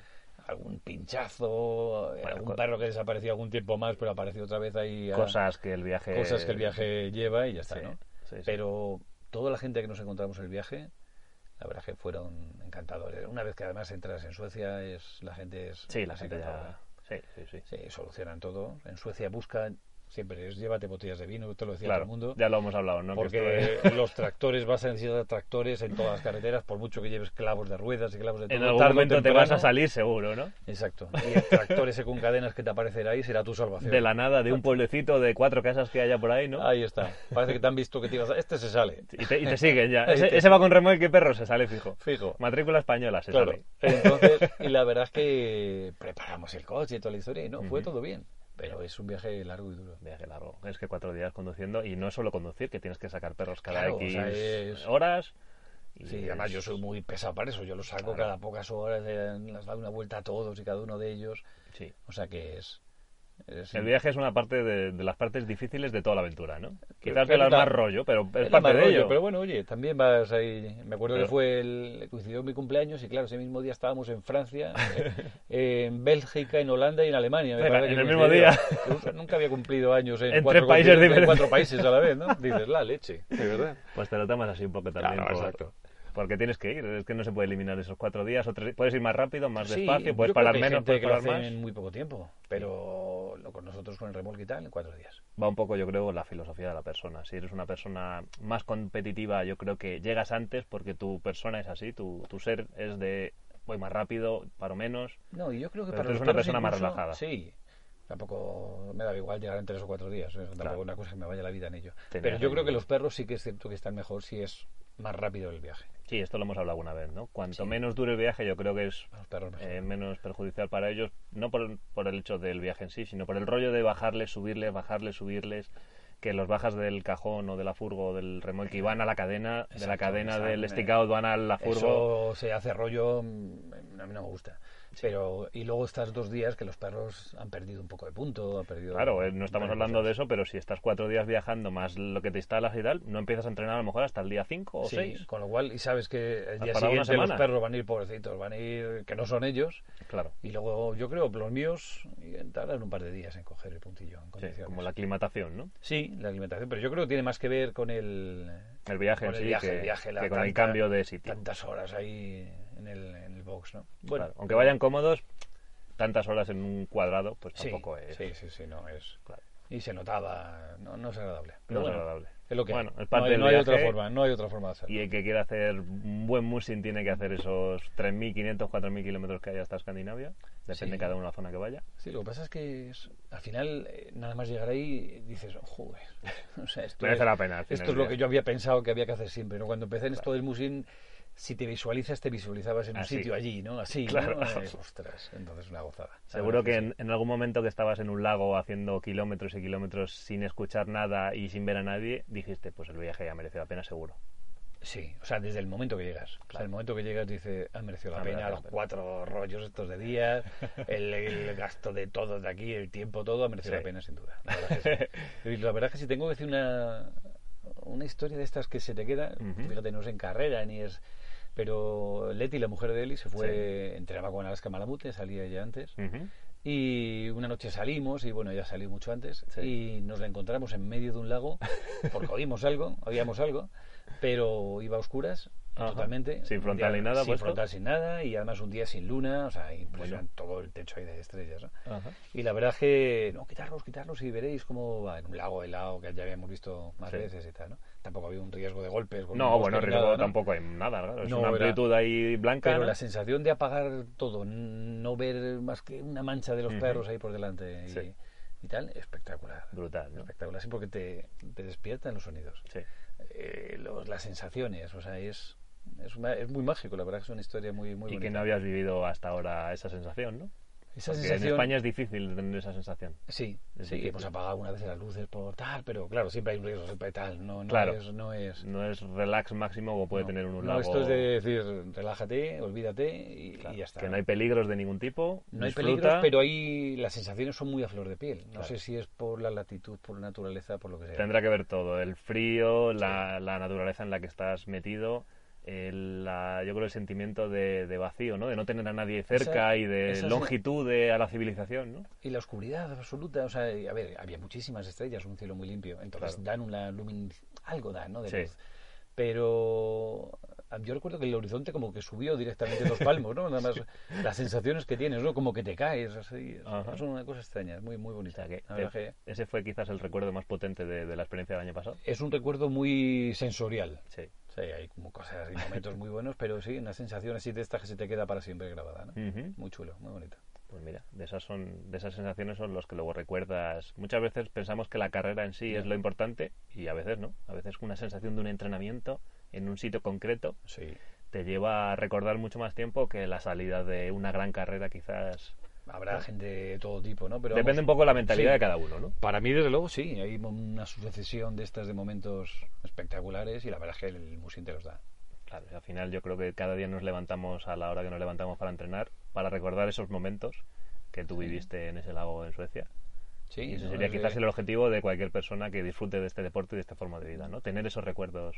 C: Algún pinchazo, eh,
B: co-
C: algún perro que desapareció algún tiempo más, pero apareció otra vez ahí. a-
B: Cosas que el viaje...
C: cosas que el viaje lleva y ya está,
B: Sí,
C: ¿no?
B: sí, sí.
C: Pero toda la gente que nos encontramos en el viaje, la verdad es que fueron encantadores. Una vez que además entras en Suecia, es la gente es
B: Sí, la
C: es
B: gente ya...
C: encantadora.
B: Sí, sí, sí.
C: Sí, solucionan todo. En Suecia buscan siempre es llévate botellas de vino, te lo decía
B: Claro,
C: todo el mundo.
B: ya lo ¿eh? hemos hablado, ¿no? Que esto
C: Porque
B: es-
C: los tractores, vas a necesitar tractores en todas las carreteras, por mucho que lleves clavos de ruedas y clavos de todo.
B: en algún
C: tarde o
B: momento te
C: temprano-
B: vas a salir seguro, ¿no?
C: Exacto. Y el tractor ese con cadenas que te aparecerá ahí será tu salvación.
B: De la nada, de un pueblecito de cuatro casas que haya por ahí, ¿no?
C: Ahí está. Parece que te han visto que tiras. Este se sale.
B: Y te, y te siguen ya.
C: Ahí
B: Ese,
C: te-
B: ese va con remolque perro, se sale fijo.
C: Fijo.
B: Matrícula española, se
C: Claro.
B: sale. Eh,
C: Entonces, y la verdad es que preparamos el coche y toda la historia y no, fue todo bien. Pero es un viaje largo y duro.
B: Viaje largo. Es que cuatro días conduciendo y no es solo conducir, que tienes que sacar perros cada
C: Claro, o
B: X
C: sea, es-
B: horas. Y
C: Sí,
B: es-
C: además yo soy muy pesado para eso. Yo los saco cada pocas horas, eh, les doy una vuelta a todos y cada uno de ellos.
B: Sí.
C: O sea que es, Es-
B: El viaje es una parte de, de las partes difíciles de toda la aventura, ¿no?
C: Pero-
B: Quizás de
C: pero
B: las
C: ta-
B: más rollo, pero es
C: es la
B: parte de
C: más rollo,
B: ello.
C: Pero bueno, oye, también vas ahí. Me acuerdo
B: Claro.
C: que fue el, coincidió mi cumpleaños y claro, ese mismo día estábamos en Francia, eh, en Bélgica, en Holanda y en Alemania. me
B: Venga,
C: parece
B: en
C: que
B: el mismo
C: coincidió.
B: día.
C: Que nunca- Nunca había cumplido años en,
B: En
C: cuatro
B: tres países
C: continentes, en
B: diferentes.
C: cuatro países a la vez, ¿no? Dices, la leche. De verdad.
B: Pues te lo tomas así un poco también.
C: Claro,
B: por-
C: exacto.
B: Porque tienes que ir, es que no se puede eliminar esos cuatro días. O tres- puedes ir más rápido, más
C: Sí,
B: despacio, puedes
C: yo creo
B: parar
C: que hay
B: menos,
C: gente
B: puedes
C: que lo
B: parar
C: hace
B: más.
C: en muy poco tiempo, pero lo con nosotros con el remolque y tal, en cuatro días.
B: Va un poco, yo creo, la filosofía de la persona. Si eres una persona más competitiva, yo creo que llegas antes porque tu persona es así, tu, tu ser es de voy más rápido, paro menos.
C: No, y yo creo que
B: Pero
C: para
B: tú eres
C: los
B: una
C: perros
B: persona más
C: incluso-
B: relajada.
C: Sí. Tampoco me da igual llegar en tres o cuatro días. ¿eh? Tampoco
B: Claro.
C: es una cosa que me vaya la vida en ello.
B: Tenías
C: Pero yo
B: ahí-
C: creo que los perros sí que es cierto que están mejor si es más rápido el viaje.
B: Sí, esto lo hemos hablado alguna vez, ¿no? Cuanto
C: Sí.
B: menos dure el viaje, yo creo que es
C: Para los perros mejor.
B: eh, menos perjudicial para ellos, no por, por el hecho del viaje en sí, sino por el rollo de bajarles, subirles, bajarles, subirles, que los bajas del cajón o de la furgo o del remolque y van a la cadena, de la
C: Exacto,
B: cadena
C: exacto.
B: del stick out van a la furgo.
C: Eso se hace rollo, mm, a mí no me gusta. Pero, y luego estás dos días que los perros han perdido un poco de punto, han perdido...
B: Claro, eh, no estamos hablando de eso, pero si estás cuatro días viajando más lo que te instalas y tal, no empiezas a entrenar a lo mejor hasta el día cinco o
C: Sí,
B: seis.
C: con lo cual, y sabes que el día
B: parado una
C: siguiente los
B: semana.
C: perros van a ir pobrecitos, van a ir que no son ellos.
B: Claro.
C: Y luego, yo creo, los míos eh, tardan un par de días en coger el puntillo. En
B: Sí,
C: condiciones.
B: como la aclimatación, ¿no?
C: Sí, la alimentación, pero yo creo que tiene más que ver con el,
B: El viaje en
C: con el
B: sí
C: viaje,
B: que,
C: el viaje, la
B: que con el
C: tanta-
B: cambio de sitio.
C: Tantas horas ahí en el, en el box, ¿no?
B: Claro, Aunque vayan cómodos, tantas horas en un cuadrado, pues
C: sí,
B: tampoco es...
C: sí, sí, sí, no es.
B: Claro.
C: Y se notaba, no, no es agradable.
B: No
C: Pero
B: es
C: bueno,
B: agradable.
C: Es lo que
B: Bueno,
C: hay.
B: es parte
C: no, hay-
B: del
C: no hay otra
B: viaje.
C: forma, ¿eh? no hay otra forma de hacerlo.
B: Y el que quiera hacer un buen musing tiene que hacer esos 3.500, 4.000 kilómetros que hay hasta Escandinavia. Depende
C: Sí.
B: cada uno de la zona que vaya.
C: Sí, lo que pasa es que es- al final, eh, nada más llegar ahí, dices, joder, o sea, esto,
B: Merece
C: es,
B: la pena, al final
C: esto es
B: del
C: lo
B: día.
C: que yo había pensado que había que hacer siempre. ¿no? Cuando empecé en esto del musín, si te visualizas, te visualizabas en un
B: Así.
C: sitio allí, ¿no? Así, ¿no?
B: Claro.
C: Eh, ostras, entonces una gozada. La
B: Seguro
C: verdad
B: que en, en algún momento que estabas en un lago haciendo kilómetros y kilómetros sin escuchar nada y sin ver a nadie, dijiste, pues el viaje ya merece la pena seguro.
C: sí. Sí, o sea, desde el momento que llegas. O sea, el momento que llegas dices, ha merecido la
B: Ha merecido
C: pena,
B: la
C: los
B: pena.
C: cuatro rollos estos de días, el, el gasto de todo de aquí, el tiempo, todo, ha merecido
B: Sí.
C: la pena, sin duda. La verdad que sí. Y la verdad es que si tengo que decir una, una historia de estas que se te queda,
B: Ujú.
C: fíjate, no es en carrera ni es. Pero Leti, la mujer de Eli, se fue, entrenaba con Alaska Malamute, salía ella antes.
B: Ujú.
C: Y una noche salimos, y bueno, ella salió mucho antes,
B: Sí.
C: y nos la encontramos en medio de un lago, porque oímos algo, oíamos algo, pero iba a oscuras.
B: Ajá.
C: Totalmente.
B: Sin
C: Un
B: frontal
C: día
B: ni nada
C: Sin
B: puesto.
C: frontal, sin nada, y además un día sin luna, o sea, impresionante todo el techo ahí de estrellas. ¿no?
B: Ajá.
C: Y la verdad es que, no, quitarlos, quitarlos y veréis cómo va en un lago helado que ya habíamos visto más
B: Sí.
C: veces y tal, ¿no? Tampoco había un riesgo de golpes. con un
B: No,
C: bosque
B: bueno,
C: ni
B: riesgo
C: Pues nada, ¿no?
B: tampoco hay nada, claro. Es
C: No,
B: una
C: era-
B: amplitud ahí blanca.
C: Pero
B: ¿no?
C: la sensación de apagar todo, n- no ver más que una mancha de los
B: Ujú.
C: perros ahí por delante y,
B: Sí.
C: y tal, espectacular.
B: Brutal, ¿no?
C: Espectacular, sí, porque te, te despiertan los sonidos,
B: Sí.
C: eh, los- las sensaciones, o sea, es, es, una- es muy mágico, la verdad que es una historia muy, muy
B: Y
C: bonita.
B: que no habías vivido hasta ahora esa sensación, ¿no?
C: Esa
B: Porque en
C: sensación-
B: España es difícil tener esa sensación.
C: Sí,
B: Es
C: sí,
B: difícil.
C: hemos apagado una vez las luces por tal, pero claro, siempre hay un riesgo, siempre hay tal, no, no
B: Claro.
C: es... No es
B: No es relax máximo como puede
C: no.
B: tener un
C: No,
B: lago.
C: esto es de decir, relájate, olvídate y, y
B: Claro,
C: ya está.
B: Que no hay peligros de ningún tipo.
C: No hay
B: disfruta.
C: peligros, pero hay, las sensaciones son muy a flor de piel. No
B: Claro.
C: sé si es por la latitud, por la naturaleza, por lo que sea.
B: Tendrá que ver todo, el frío, la, la naturaleza en la que estás metido, el, la- yo creo el sentimiento de, de vacío, ¿no? De no tener a nadie cerca y de
C: esa es-
B: longitud de- a la civilización, ¿no?
C: Y la oscuridad absoluta, o sea, y- a ver, había muchísimas estrellas, un cielo muy limpio, entonces
B: Claro.
C: dan una lumin... algo dan, ¿no? De
B: Sí.
C: luz. Pero ah, yo recuerdo que el horizonte como que subió directamente dos palmos, ¿no? Nada más las sensaciones que tienes, ¿no? Como que te caes, así. es-
B: Ajá.
C: Es una cosa extraña, es muy, muy
B: O sea
C: bonita.
B: que
C: La verdad
B: te-
C: que
B: ese fue quizás el recuerdo más potente de, de la experiencia del año pasado.
C: es un recuerdo muy sensorial.
B: Sí.
C: Sí, hay como cosas y momentos muy buenos, pero sí, una sensación así de esta que se te queda para siempre grabada, ¿no?
B: Ujú.
C: Muy chulo, muy bonito.
B: Pues mira, de esas, son, de esas sensaciones son los que luego recuerdas. Muchas veces pensamos que la carrera en sí es lo importante y a veces no. A veces una sensación de un entrenamiento en un sitio concreto
C: Sí.
B: te lleva a recordar mucho más tiempo que la salida de una gran carrera quizás.
C: Habrá gente de todo tipo, ¿no? Pero
B: Depende
C: vamos,
B: un poco la mentalidad
C: sí.
B: de cada uno, ¿no?
C: Para mí, desde luego, sí. Hay mo- una sucesión de estas de momentos espectaculares y la verdad es que el musín te los da.
B: Claro, y al final yo creo que cada día nos levantamos a la hora que nos levantamos para entrenar, para recordar esos momentos que tú viviste en ese lago en Suecia.
C: Sí,
B: Y eso
C: no,
B: sería
C: sí.
B: quizás el objetivo de cualquier persona que disfrute de este deporte y de esta forma de vida, ¿no? Tener esos recuerdos.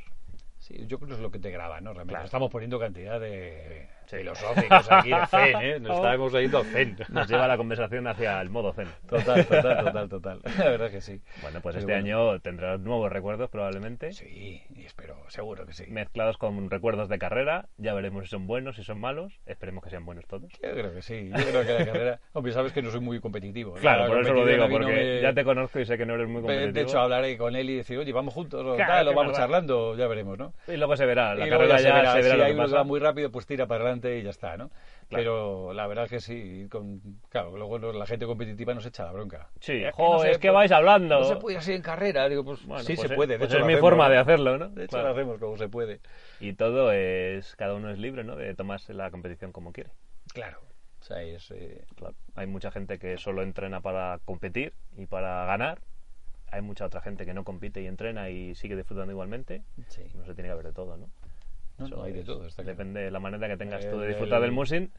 C: Sí, yo creo que es lo que te graba, ¿no? Realmente
B: Claro.
C: estamos poniendo cantidad de
B: Sí.
C: filosóficos aquí, de zen, ¿eh? Nos
B: Oh.
C: estamos yendo al zen.
B: Nos lleva la conversación hacia el modo zen.
C: Total, total, total, total. La verdad que sí.
B: Bueno, pues
C: Pero
B: este
C: bueno.
B: año tendrás nuevos recuerdos probablemente,
C: Sí, y espero, seguro que sí.
B: mezclados con recuerdos de carrera. Ya veremos si son buenos, si son malos. Esperemos que sean buenos todos.
C: Yo creo que sí, yo creo que la carrera... Hombre, sabes que no soy muy competitivo. ¿no?
B: Claro,
C: La
B: por eso lo
C: competición
B: digo,
C: a mí no
B: porque
C: me-
B: ya te conozco y sé que no eres muy competitivo.
C: De hecho, hablaré con él y decir, oye, vamos juntos o
B: Claro,
C: tal, o
B: qué
C: vamos
B: verdad.
C: charlando, ya veremos, ¿no?
B: Y luego se verá, la
C: Y luego
B: carrera
C: ya se verá, si
B: lo
C: hay
B: que
C: uno que
B: pasa.
C: va muy rápido, pues tira para adelante y ya está, ¿no? Pero la verdad es que sí, con, claro, luego lo- la gente competitiva nos echa la bronca.
B: Sí,
C: Es
B: jo,
C: se
B: es que
C: pu-
B: vais hablando.
C: No se puede así en carrera, digo, pues
B: Bueno,
C: sí
B: pues
C: se
B: es-
C: puede, de
B: pues
C: hecho
B: es
C: lo
B: mi
C: hacemos,
B: forma
C: ¿no?
B: de hacerlo, ¿no?
C: De hecho
B: Claro.
C: lo hacemos como se puede.
B: Y todo es, cada uno es libre, ¿no? De tomarse la competición como quiere.
C: Claro. O sea, es, eh,
B: Claro. Hay mucha gente que solo entrena para competir y para ganar. Hay mucha otra gente que no compite y entrena y sigue disfrutando igualmente.
C: sí.
B: No se tiene que haber de todo, ¿no?
C: No,
B: Eso
C: no, hay de
B: es-
C: todo. Está claro.
B: Depende de la manera que tengas tú
C: El-
B: de disfrutar del
C: el-
B: musing.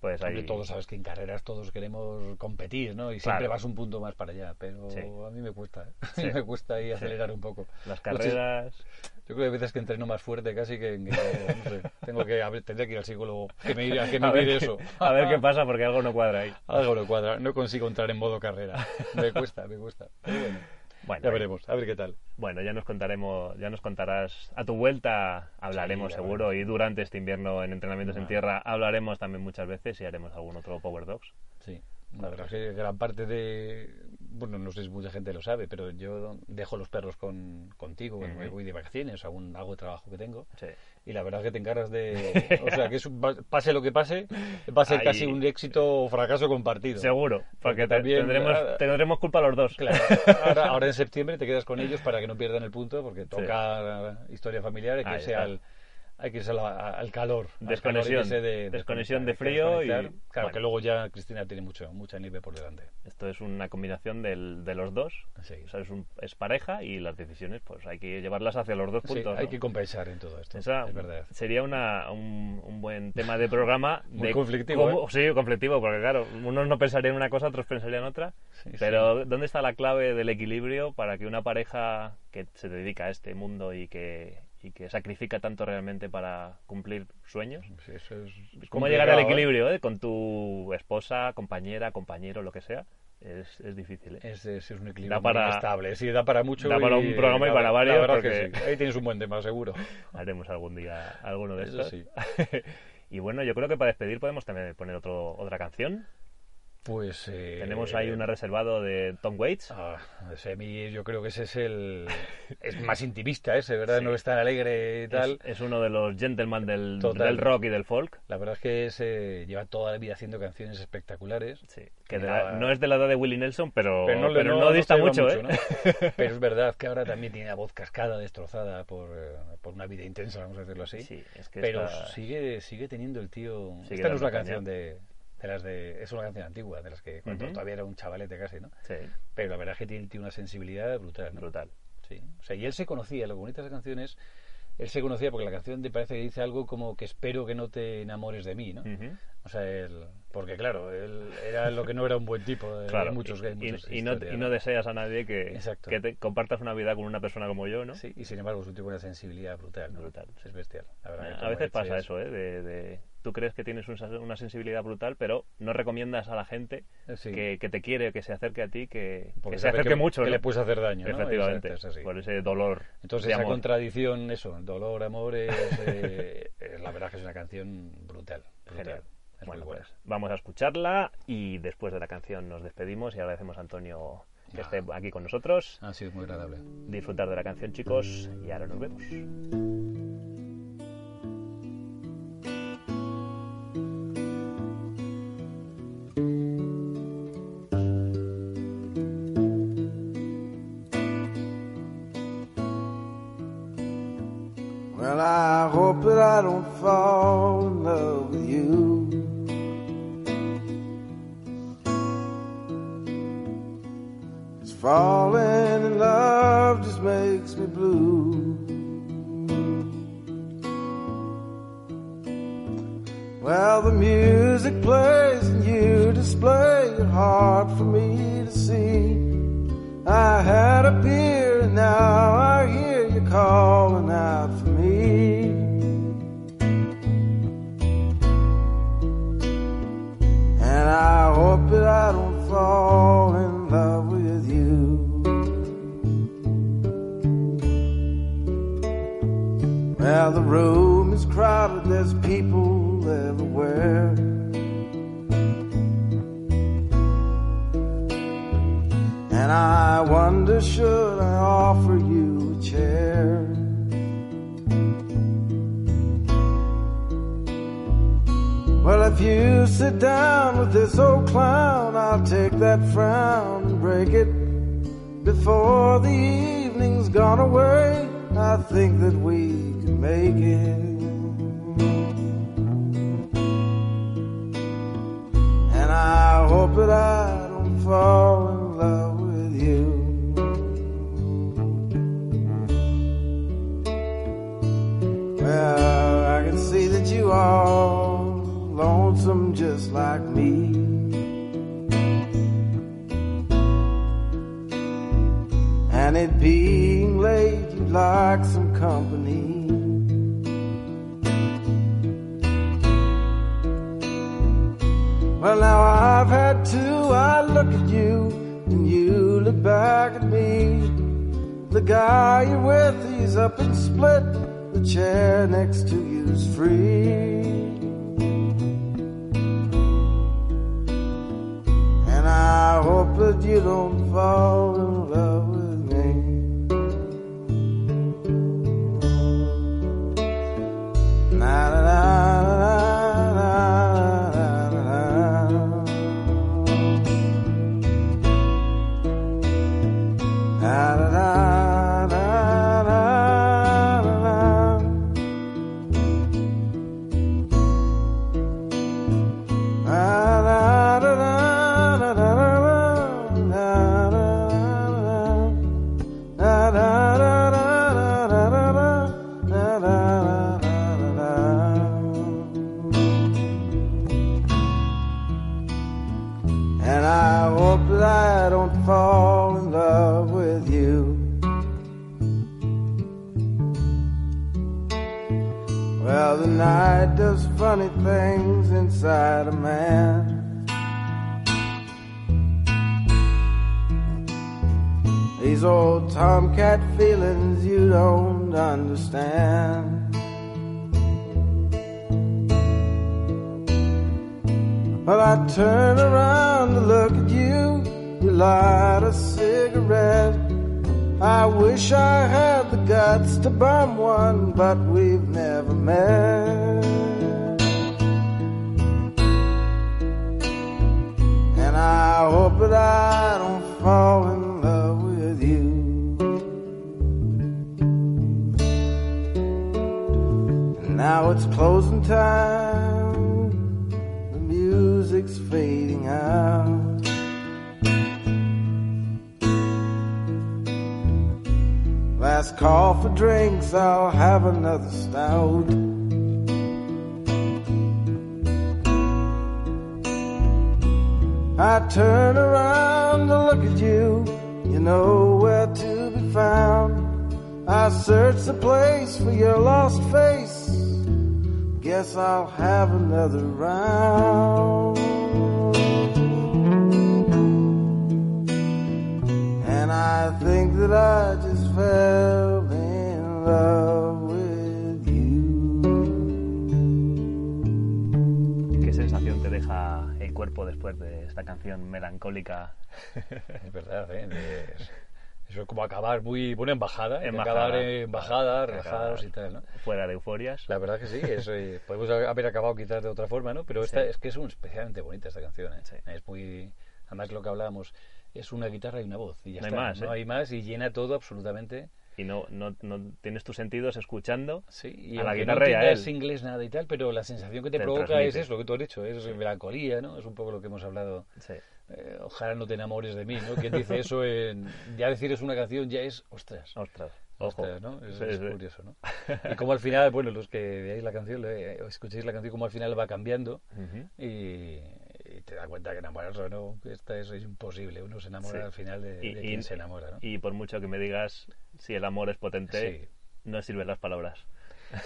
B: Pues
C: Hombre,
B: ahí.
C: todos sabes que en carreras todos queremos competir, ¿no? Y siempre
B: Claro.
C: vas un punto más para allá, pero
B: Sí.
C: a mí me cuesta, ¿eh?
B: Sí.
C: a mí me cuesta ahí acelerar un poco.
B: Las
C: No sé si-
B: carreras.
C: Yo creo que hay veces que entreno más fuerte casi que en guerrero, no sé. Tengo que, a ver, tendría que ir al psicólogo que me diga que me
B: a, ver
C: mire
B: qué-
C: eso.
B: a ver qué pasa porque algo no cuadra ahí.
C: Algo lo cuadra, no consigo entrar en modo carrera. Me cuesta, me cuesta. Pero bueno,
B: Bueno,
C: ya veremos, a ver qué tal.
B: Bueno, ya nos contaremos, ya nos contarás a tu vuelta, hablaremos
C: Sí,
B: seguro y durante este invierno en entrenamientos en
C: Vale.
B: tierra hablaremos también muchas veces y haremos algún otro Power Dogs.
C: Sí. La verdad es que gran parte de. Bueno, no sé si mucha gente lo sabe, pero yo dejo los perros con, contigo cuando me
B: Ujú.
C: voy de vacaciones, algún, algo de trabajo que tengo.
B: Sí.
C: Y la verdad es que te encargas de. O sea, que es un- va- pase lo que pase, va a ser
B: Ahí.
C: casi un éxito o fracaso compartido.
B: Seguro, porque te-
C: también,
B: tendremos,
C: ah,
B: tendremos culpa los dos.
C: Claro, ahora, ahora en septiembre te quedas con ellos para que no pierdan el punto, porque toca historia familiar, hay que
B: Ahí
C: irse
B: está.
C: al, hay que irse al, al calor. al
B: Desconexión,
C: calor, hay que irse
B: desconexión de
C: desconectar, hay que
B: frío y-
C: desconectar. Claro,
B: bueno.
C: que luego ya Cristina tiene mucho, mucha nieve por delante.
B: Esto es una combinación del- de los dos.
C: Sí.
B: O sea, es, un- es pareja y las decisiones pues hay que llevarlas hacia los dos
C: Sí,
B: puntos.
C: hay
B: ¿no?
C: que compensar en todo esto,
B: Esa
C: es verdad.
B: sería una, un, un buen tema de programa.
C: Muy
B: de
C: conflictivo,
B: cómo-
C: ¿eh?
B: Sí, conflictivo, porque claro, unos no pensarían una cosa, otros pensarían otra.
C: Sí,
B: pero ¿dónde está la clave del equilibrio para que una pareja que se dedica a este mundo y que, y que sacrifica tanto realmente para cumplir sueños?
C: Sí, eso es
B: ¿Cómo llegar al
C: complicado, ¿eh?
B: equilibrio eh? con tu esposa, compañera, compañero, lo que sea? Es, es difícil. ¿eh?
C: Es, es un equilibrio
B: Da para-
C: muy estable, sí, da para mucho.
B: da para
C: y-
B: un programa y
C: la-
B: para
C: la
B: varios,
C: verdad que
B: porque-
C: sí. Ahí tienes un buen tema, seguro.
B: Haremos algún día alguno de
C: Eso
B: estos. y bueno, yo creo que para despedir podemos también poner otro, otra canción.
C: Pues. eh,
B: Tenemos ahí una reservado de Tom Waits.
C: Ah, ese a mí yo creo que ese es el es más intimista ese, ¿verdad?
B: Sí.
C: No es tan alegre y tal.
B: Es, es uno de los gentlemen del,
C: Total.
B: del rock y del folk.
C: La verdad es que ese lleva toda la vida haciendo canciones espectaculares.
B: Que de
C: Nada.
B: la- no es de la edad de Willie Nelson, pero, pero
C: Pero
B: no,
C: no, le- no- no se
B: dista
C: lleva
B: mucho, ¿eh?
C: ¿no? Pero es verdad que ahora también tiene la voz cascada, destrozada por, eh, por una vida intensa, vamos a decirlo así.
B: Sí, es que
C: Pero
B: está-
C: sigue, sigue teniendo el tío.
B: Sigue
C: Esta no es
B: dando
C: una canción
B: caña.
C: de, de las de. Es una canción antigua, de las que cuando
B: Ujú.
C: todavía era un chavalete casi, ¿no?
B: Sí,
C: Pero la verdad es que tiene el tío una sensibilidad brutal, ¿no?
B: brutal.
C: Sí. O sea, y él se conocía, lo bonito de esa canción es, él se conocía porque la canción te parece que dice algo como que espero que no te enamores de mí, ¿no?
B: Ujú.
C: O sea, él, porque claro, él era lo que no era un buen tipo, eh,
B: Claro.
C: hay muchos
B: y,
C: gays, muchas
B: y- y no,
C: historias,
B: y no deseas a nadie que,
C: Exacto.
B: que te compartas una vida con una persona como yo, ¿no?
C: Sí, y sin embargo es un tipo con una sensibilidad brutal, ¿no?
B: Brutal.
C: Es bestial, la verdad. que
B: A
C: Tom
B: veces
C: Waits
B: pasa
C: Ah, es-
B: eso, ¿eh? De, de- tú crees que tienes un- una sensibilidad brutal, pero no recomiendas a la gente
C: Eh, sí.
B: que, que te quiere, que se acerque a ti, que,
C: Porque
B: que se
C: sabe
B: acerque
C: que-
B: mucho.
C: que
B: ¿no?
C: le puedes hacer daño, ¿no?
B: Efectivamente,
C: Exacto, es así.
B: por ese dolor.
C: Entonces
B: de
C: esa
B: amor.
C: contradicción, eso, dolor, amor, es, eh, eh, la verdad que es una canción brutal, brutal.
B: Genial.
C: Es
B: Bueno,
C: muy buena.
B: pues, vamos a escucharla y después de la canción nos despedimos y agradecemos a Antonio que
C: Ah.
B: esté aquí con nosotros.
C: Ha sido Ah, muy agradable.
B: Disfrutar de la canción, chicos, y ahora nos vemos.
D: Well, I hope that I don't fall in love with you. Cause falling in love just makes me blue. Well, the music plays and you display your hard for me to see. I had a beer and now I hear you calling out for me. And I hope that I don't fall in love with you. Well, the room is crowded, there's people everywhere. And I wonder, should I offer you a chair? Well, if you sit down with this old clown, I'll take that frown and break it before the evening's gone away. I think that we can make it. And I hope that I don't fall in love with you. Well, I can see that you are lonesome just like me. And it being late, you'd like some company. Well, now I've had two. I look at you, and you look back at me. The guy you're with, he's up and split. The chair next to you's free. And I hope that you don't fall in love with me. Na na na na na na na na na na. And I hope that I don't fall in love with you. Well, the night does funny things inside a man. These old tomcat feelings you don't understand. Well, I turn around to look at you. You light a cigarette. I wish I had the guts to bomb one, but we've never met. And I hope that I don't fall in love with you. And now it's closing time, the music's fading out. Last call for drinks, I'll have another stout. I turn around to look at you, you know where to be found. I search the place for your lost face. Guess I'll have another round. And I think that I just fell in love with you.
B: ¿Qué sensación te deja el cuerpo después de esta canción melancólica?
C: Es verdad, ¿eh? Es- Eso es como acabar muy... Bueno, embajada. hay que
B: Embajada.
C: Acabar en embajada,
B: Acabar
C: relajados y tal, ¿no?
B: Fuera de euforias.
C: La verdad que sí, es, eh, podemos ha- haber acabado quizás de otra forma, ¿no? Pero esta
B: Sí.
C: es que es un- especialmente bonita esta canción, ¿eh?
B: Sí.
C: Es muy... Además lo que hablábamos, es una guitarra y una voz. Y ya
B: No hay
C: está,
B: más,
C: No
B: ¿eh?
C: hay más y llena todo absolutamente.
B: Y no, no, no tienes tus sentidos escuchando.
C: Sí, y
B: A la
C: aunque
B: guitarra y a
C: no tengas
B: él.
C: inglés nada y tal, pero la sensación que te,
B: Te
C: provoca
B: transmite.
C: es eso, lo que tú has dicho, es melancolía, ¿no? Es un poco lo que hemos hablado.
B: Sí.
C: Eh, ojalá no te enamores de mí, ¿no? Quien dice eso, en, ya decir es una canción ya es, ostras,
B: Ostras. Ojo.
C: ostras, Este, ¿no? Es,
B: Sí,
C: es
B: sí.
C: curioso, ¿no? Y como al final, bueno, los que veáis la canción, eh, o escuchéis la canción, como al final va cambiando
B: Ujú.
C: y, y te das cuenta que enamorarse o no, esta es, es imposible. Uno se enamora
B: Sí.
C: al final de,
B: Y-
C: de
B: y-
C: quien se enamora, ¿no?
B: Y por mucho que me digas si el amor es potente,
C: Sí.
B: no sirven las palabras.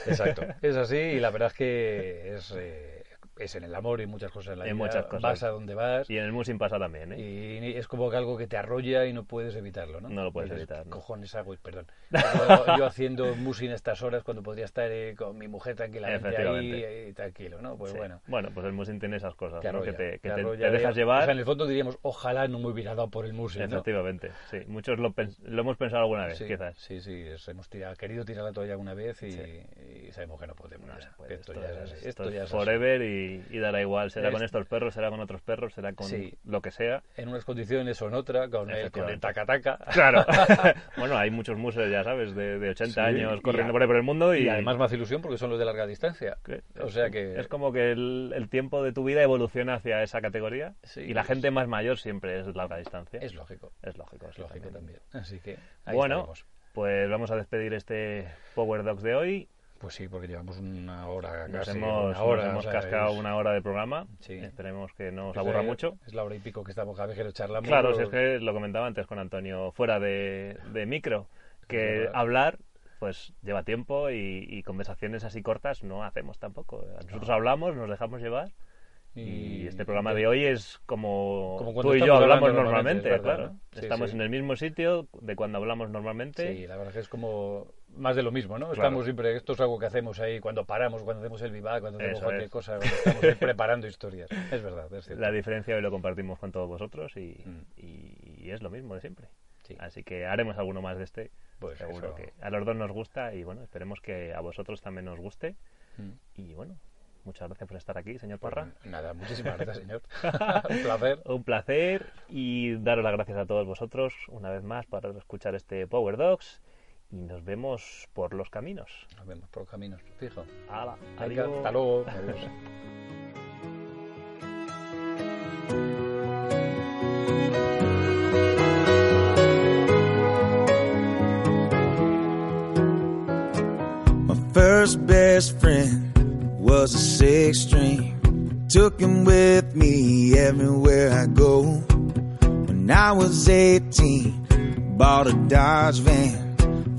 C: Exacto. Es así y la verdad es que es, eh, es en el amor y muchas cosas en la
B: En
C: vida.
B: muchas cosas.
C: Vas a donde vas
B: Y en el Musin pasa también, ¿eh?
C: y es como que algo que te arrolla y no puedes evitarlo, ¿no?
B: No lo puedes
C: Dices,
B: evitar,
C: "¿Qué
B: no".
C: cojones hago? Y Perdón. Yo, yo haciendo musing a estas horas cuando podría estar eh, con mi mujer tranquilamente ahí,
B: Efectivamente.
C: eh, tranquilo, ¿no? Pues
B: Sí.
C: bueno.
B: pues el Musin tiene esas cosas,
C: Te
B: ¿no?
C: arrolla,
B: Que te, que
C: te
B: te-
C: arrolla,
B: te dejas
C: digamos. O
B: llevar.
C: sea, en el fondo diríamos, ojalá no me hubiera dado por el musing, ¿no?
B: Efectivamente, sí. Muchos lo, pens- lo hemos pensado alguna vez,
C: Sí,
B: quizás.
C: sí, sí, es- hemos tirado, querido tirar la toalla alguna vez y, y sabemos que no podemos.
B: No
C: ya,
B: se
C: Pues, que
B: puede,
C: esto,
B: pues esto
C: ya es
B: es- esto
C: así, esto
B: es
C: ya es así.
B: forever y, y dará igual. Será con
C: Es-
B: estos perros, será con otros perros, será con
C: Sí.
B: lo que sea.
C: En unas condiciones o en otra, con el, con el
B: Efectivamente.
C: tacataca.
B: Claro. bueno, hay muchos muses, ya sabes, de, de 80
C: Sí,
B: años
C: y
B: corriendo
C: a-
B: por ahí por el mundo y,
C: Y además más ilusión porque son los de larga distancia.
B: que-
C: O sea que...
B: Es como que el, el tiempo de tu vida evoluciona hacia esa categoría
C: Sí,
B: y la
C: es-
B: gente más mayor siempre es larga distancia.
C: Es lógico.
B: Es lógico, es
C: Es Pues lógico también. Así que... ahí
B: Bueno,
C: estaremos.
B: pues vamos a despedir este Power Dogs de hoy.
C: Pues sí, porque llevamos una hora
B: Nos
C: casi.
B: hemos,
C: una hora,
B: nos hemos
C: o sea,
B: cascado
C: es-
B: una hora de programa.
C: Sí. Pues, eh,
B: Esperemos que no os
C: es
B: aburra
C: la-
B: mucho.
C: Es la hora y pico que estamos cada vez que nos charlamos.
B: Claro,
C: pero-
B: si es que lo comentaba antes con Antonio, fuera de, de micro, que
C: Lleva-
B: hablar pues lleva tiempo y, y conversaciones así cortas no hacemos tampoco. Nosotros hablamos, nos dejamos llevar y, este programa de hoy es como,
C: Como cuando
B: tú y yo
C: estamos
B: hablamos
C: hablando
B: normalmente,
C: normalmente, es verdad,
B: claro.
C: ¿no? Sí,
B: Estamos
C: sí.
B: en el mismo sitio de cuando hablamos normalmente.
C: Sí, la verdad es que es como más de lo mismo, ¿no? Estamos siempre, esto es algo que hacemos ahí cuando paramos, cuando hacemos el vivac, cuando hacemos
B: Eso
C: cualquier
B: es.
C: cosa, cuando estamos ahí preparando historias. Es verdad, es cierto.
B: La diferencia hoy lo compartimos con todos vosotros y,
C: Mm.
B: y- y es lo mismo de siempre.
C: Sí.
B: Así que haremos alguno más de este.
C: Pues
B: Seguro
C: eso.
B: que a los dos nos gusta y bueno, esperemos que a vosotros también nos guste.
C: Mm. Pues
B: Y bueno, muchas gracias por estar aquí, señor Parra.
C: Nada, muchísimas gracias, señor. Un placer.
B: Un placer y daros las gracias a todos vosotros una vez más para escuchar este Power Dogs y nos vemos por los caminos.
C: Nos vemos por los caminos, fijo.
B: Hala,
C: Venga,
B: adiós.
C: hasta luego. Adiós.
A: My first best friend was a six string. Took him with me everywhere I go. When I was 18, bought a Dodge van.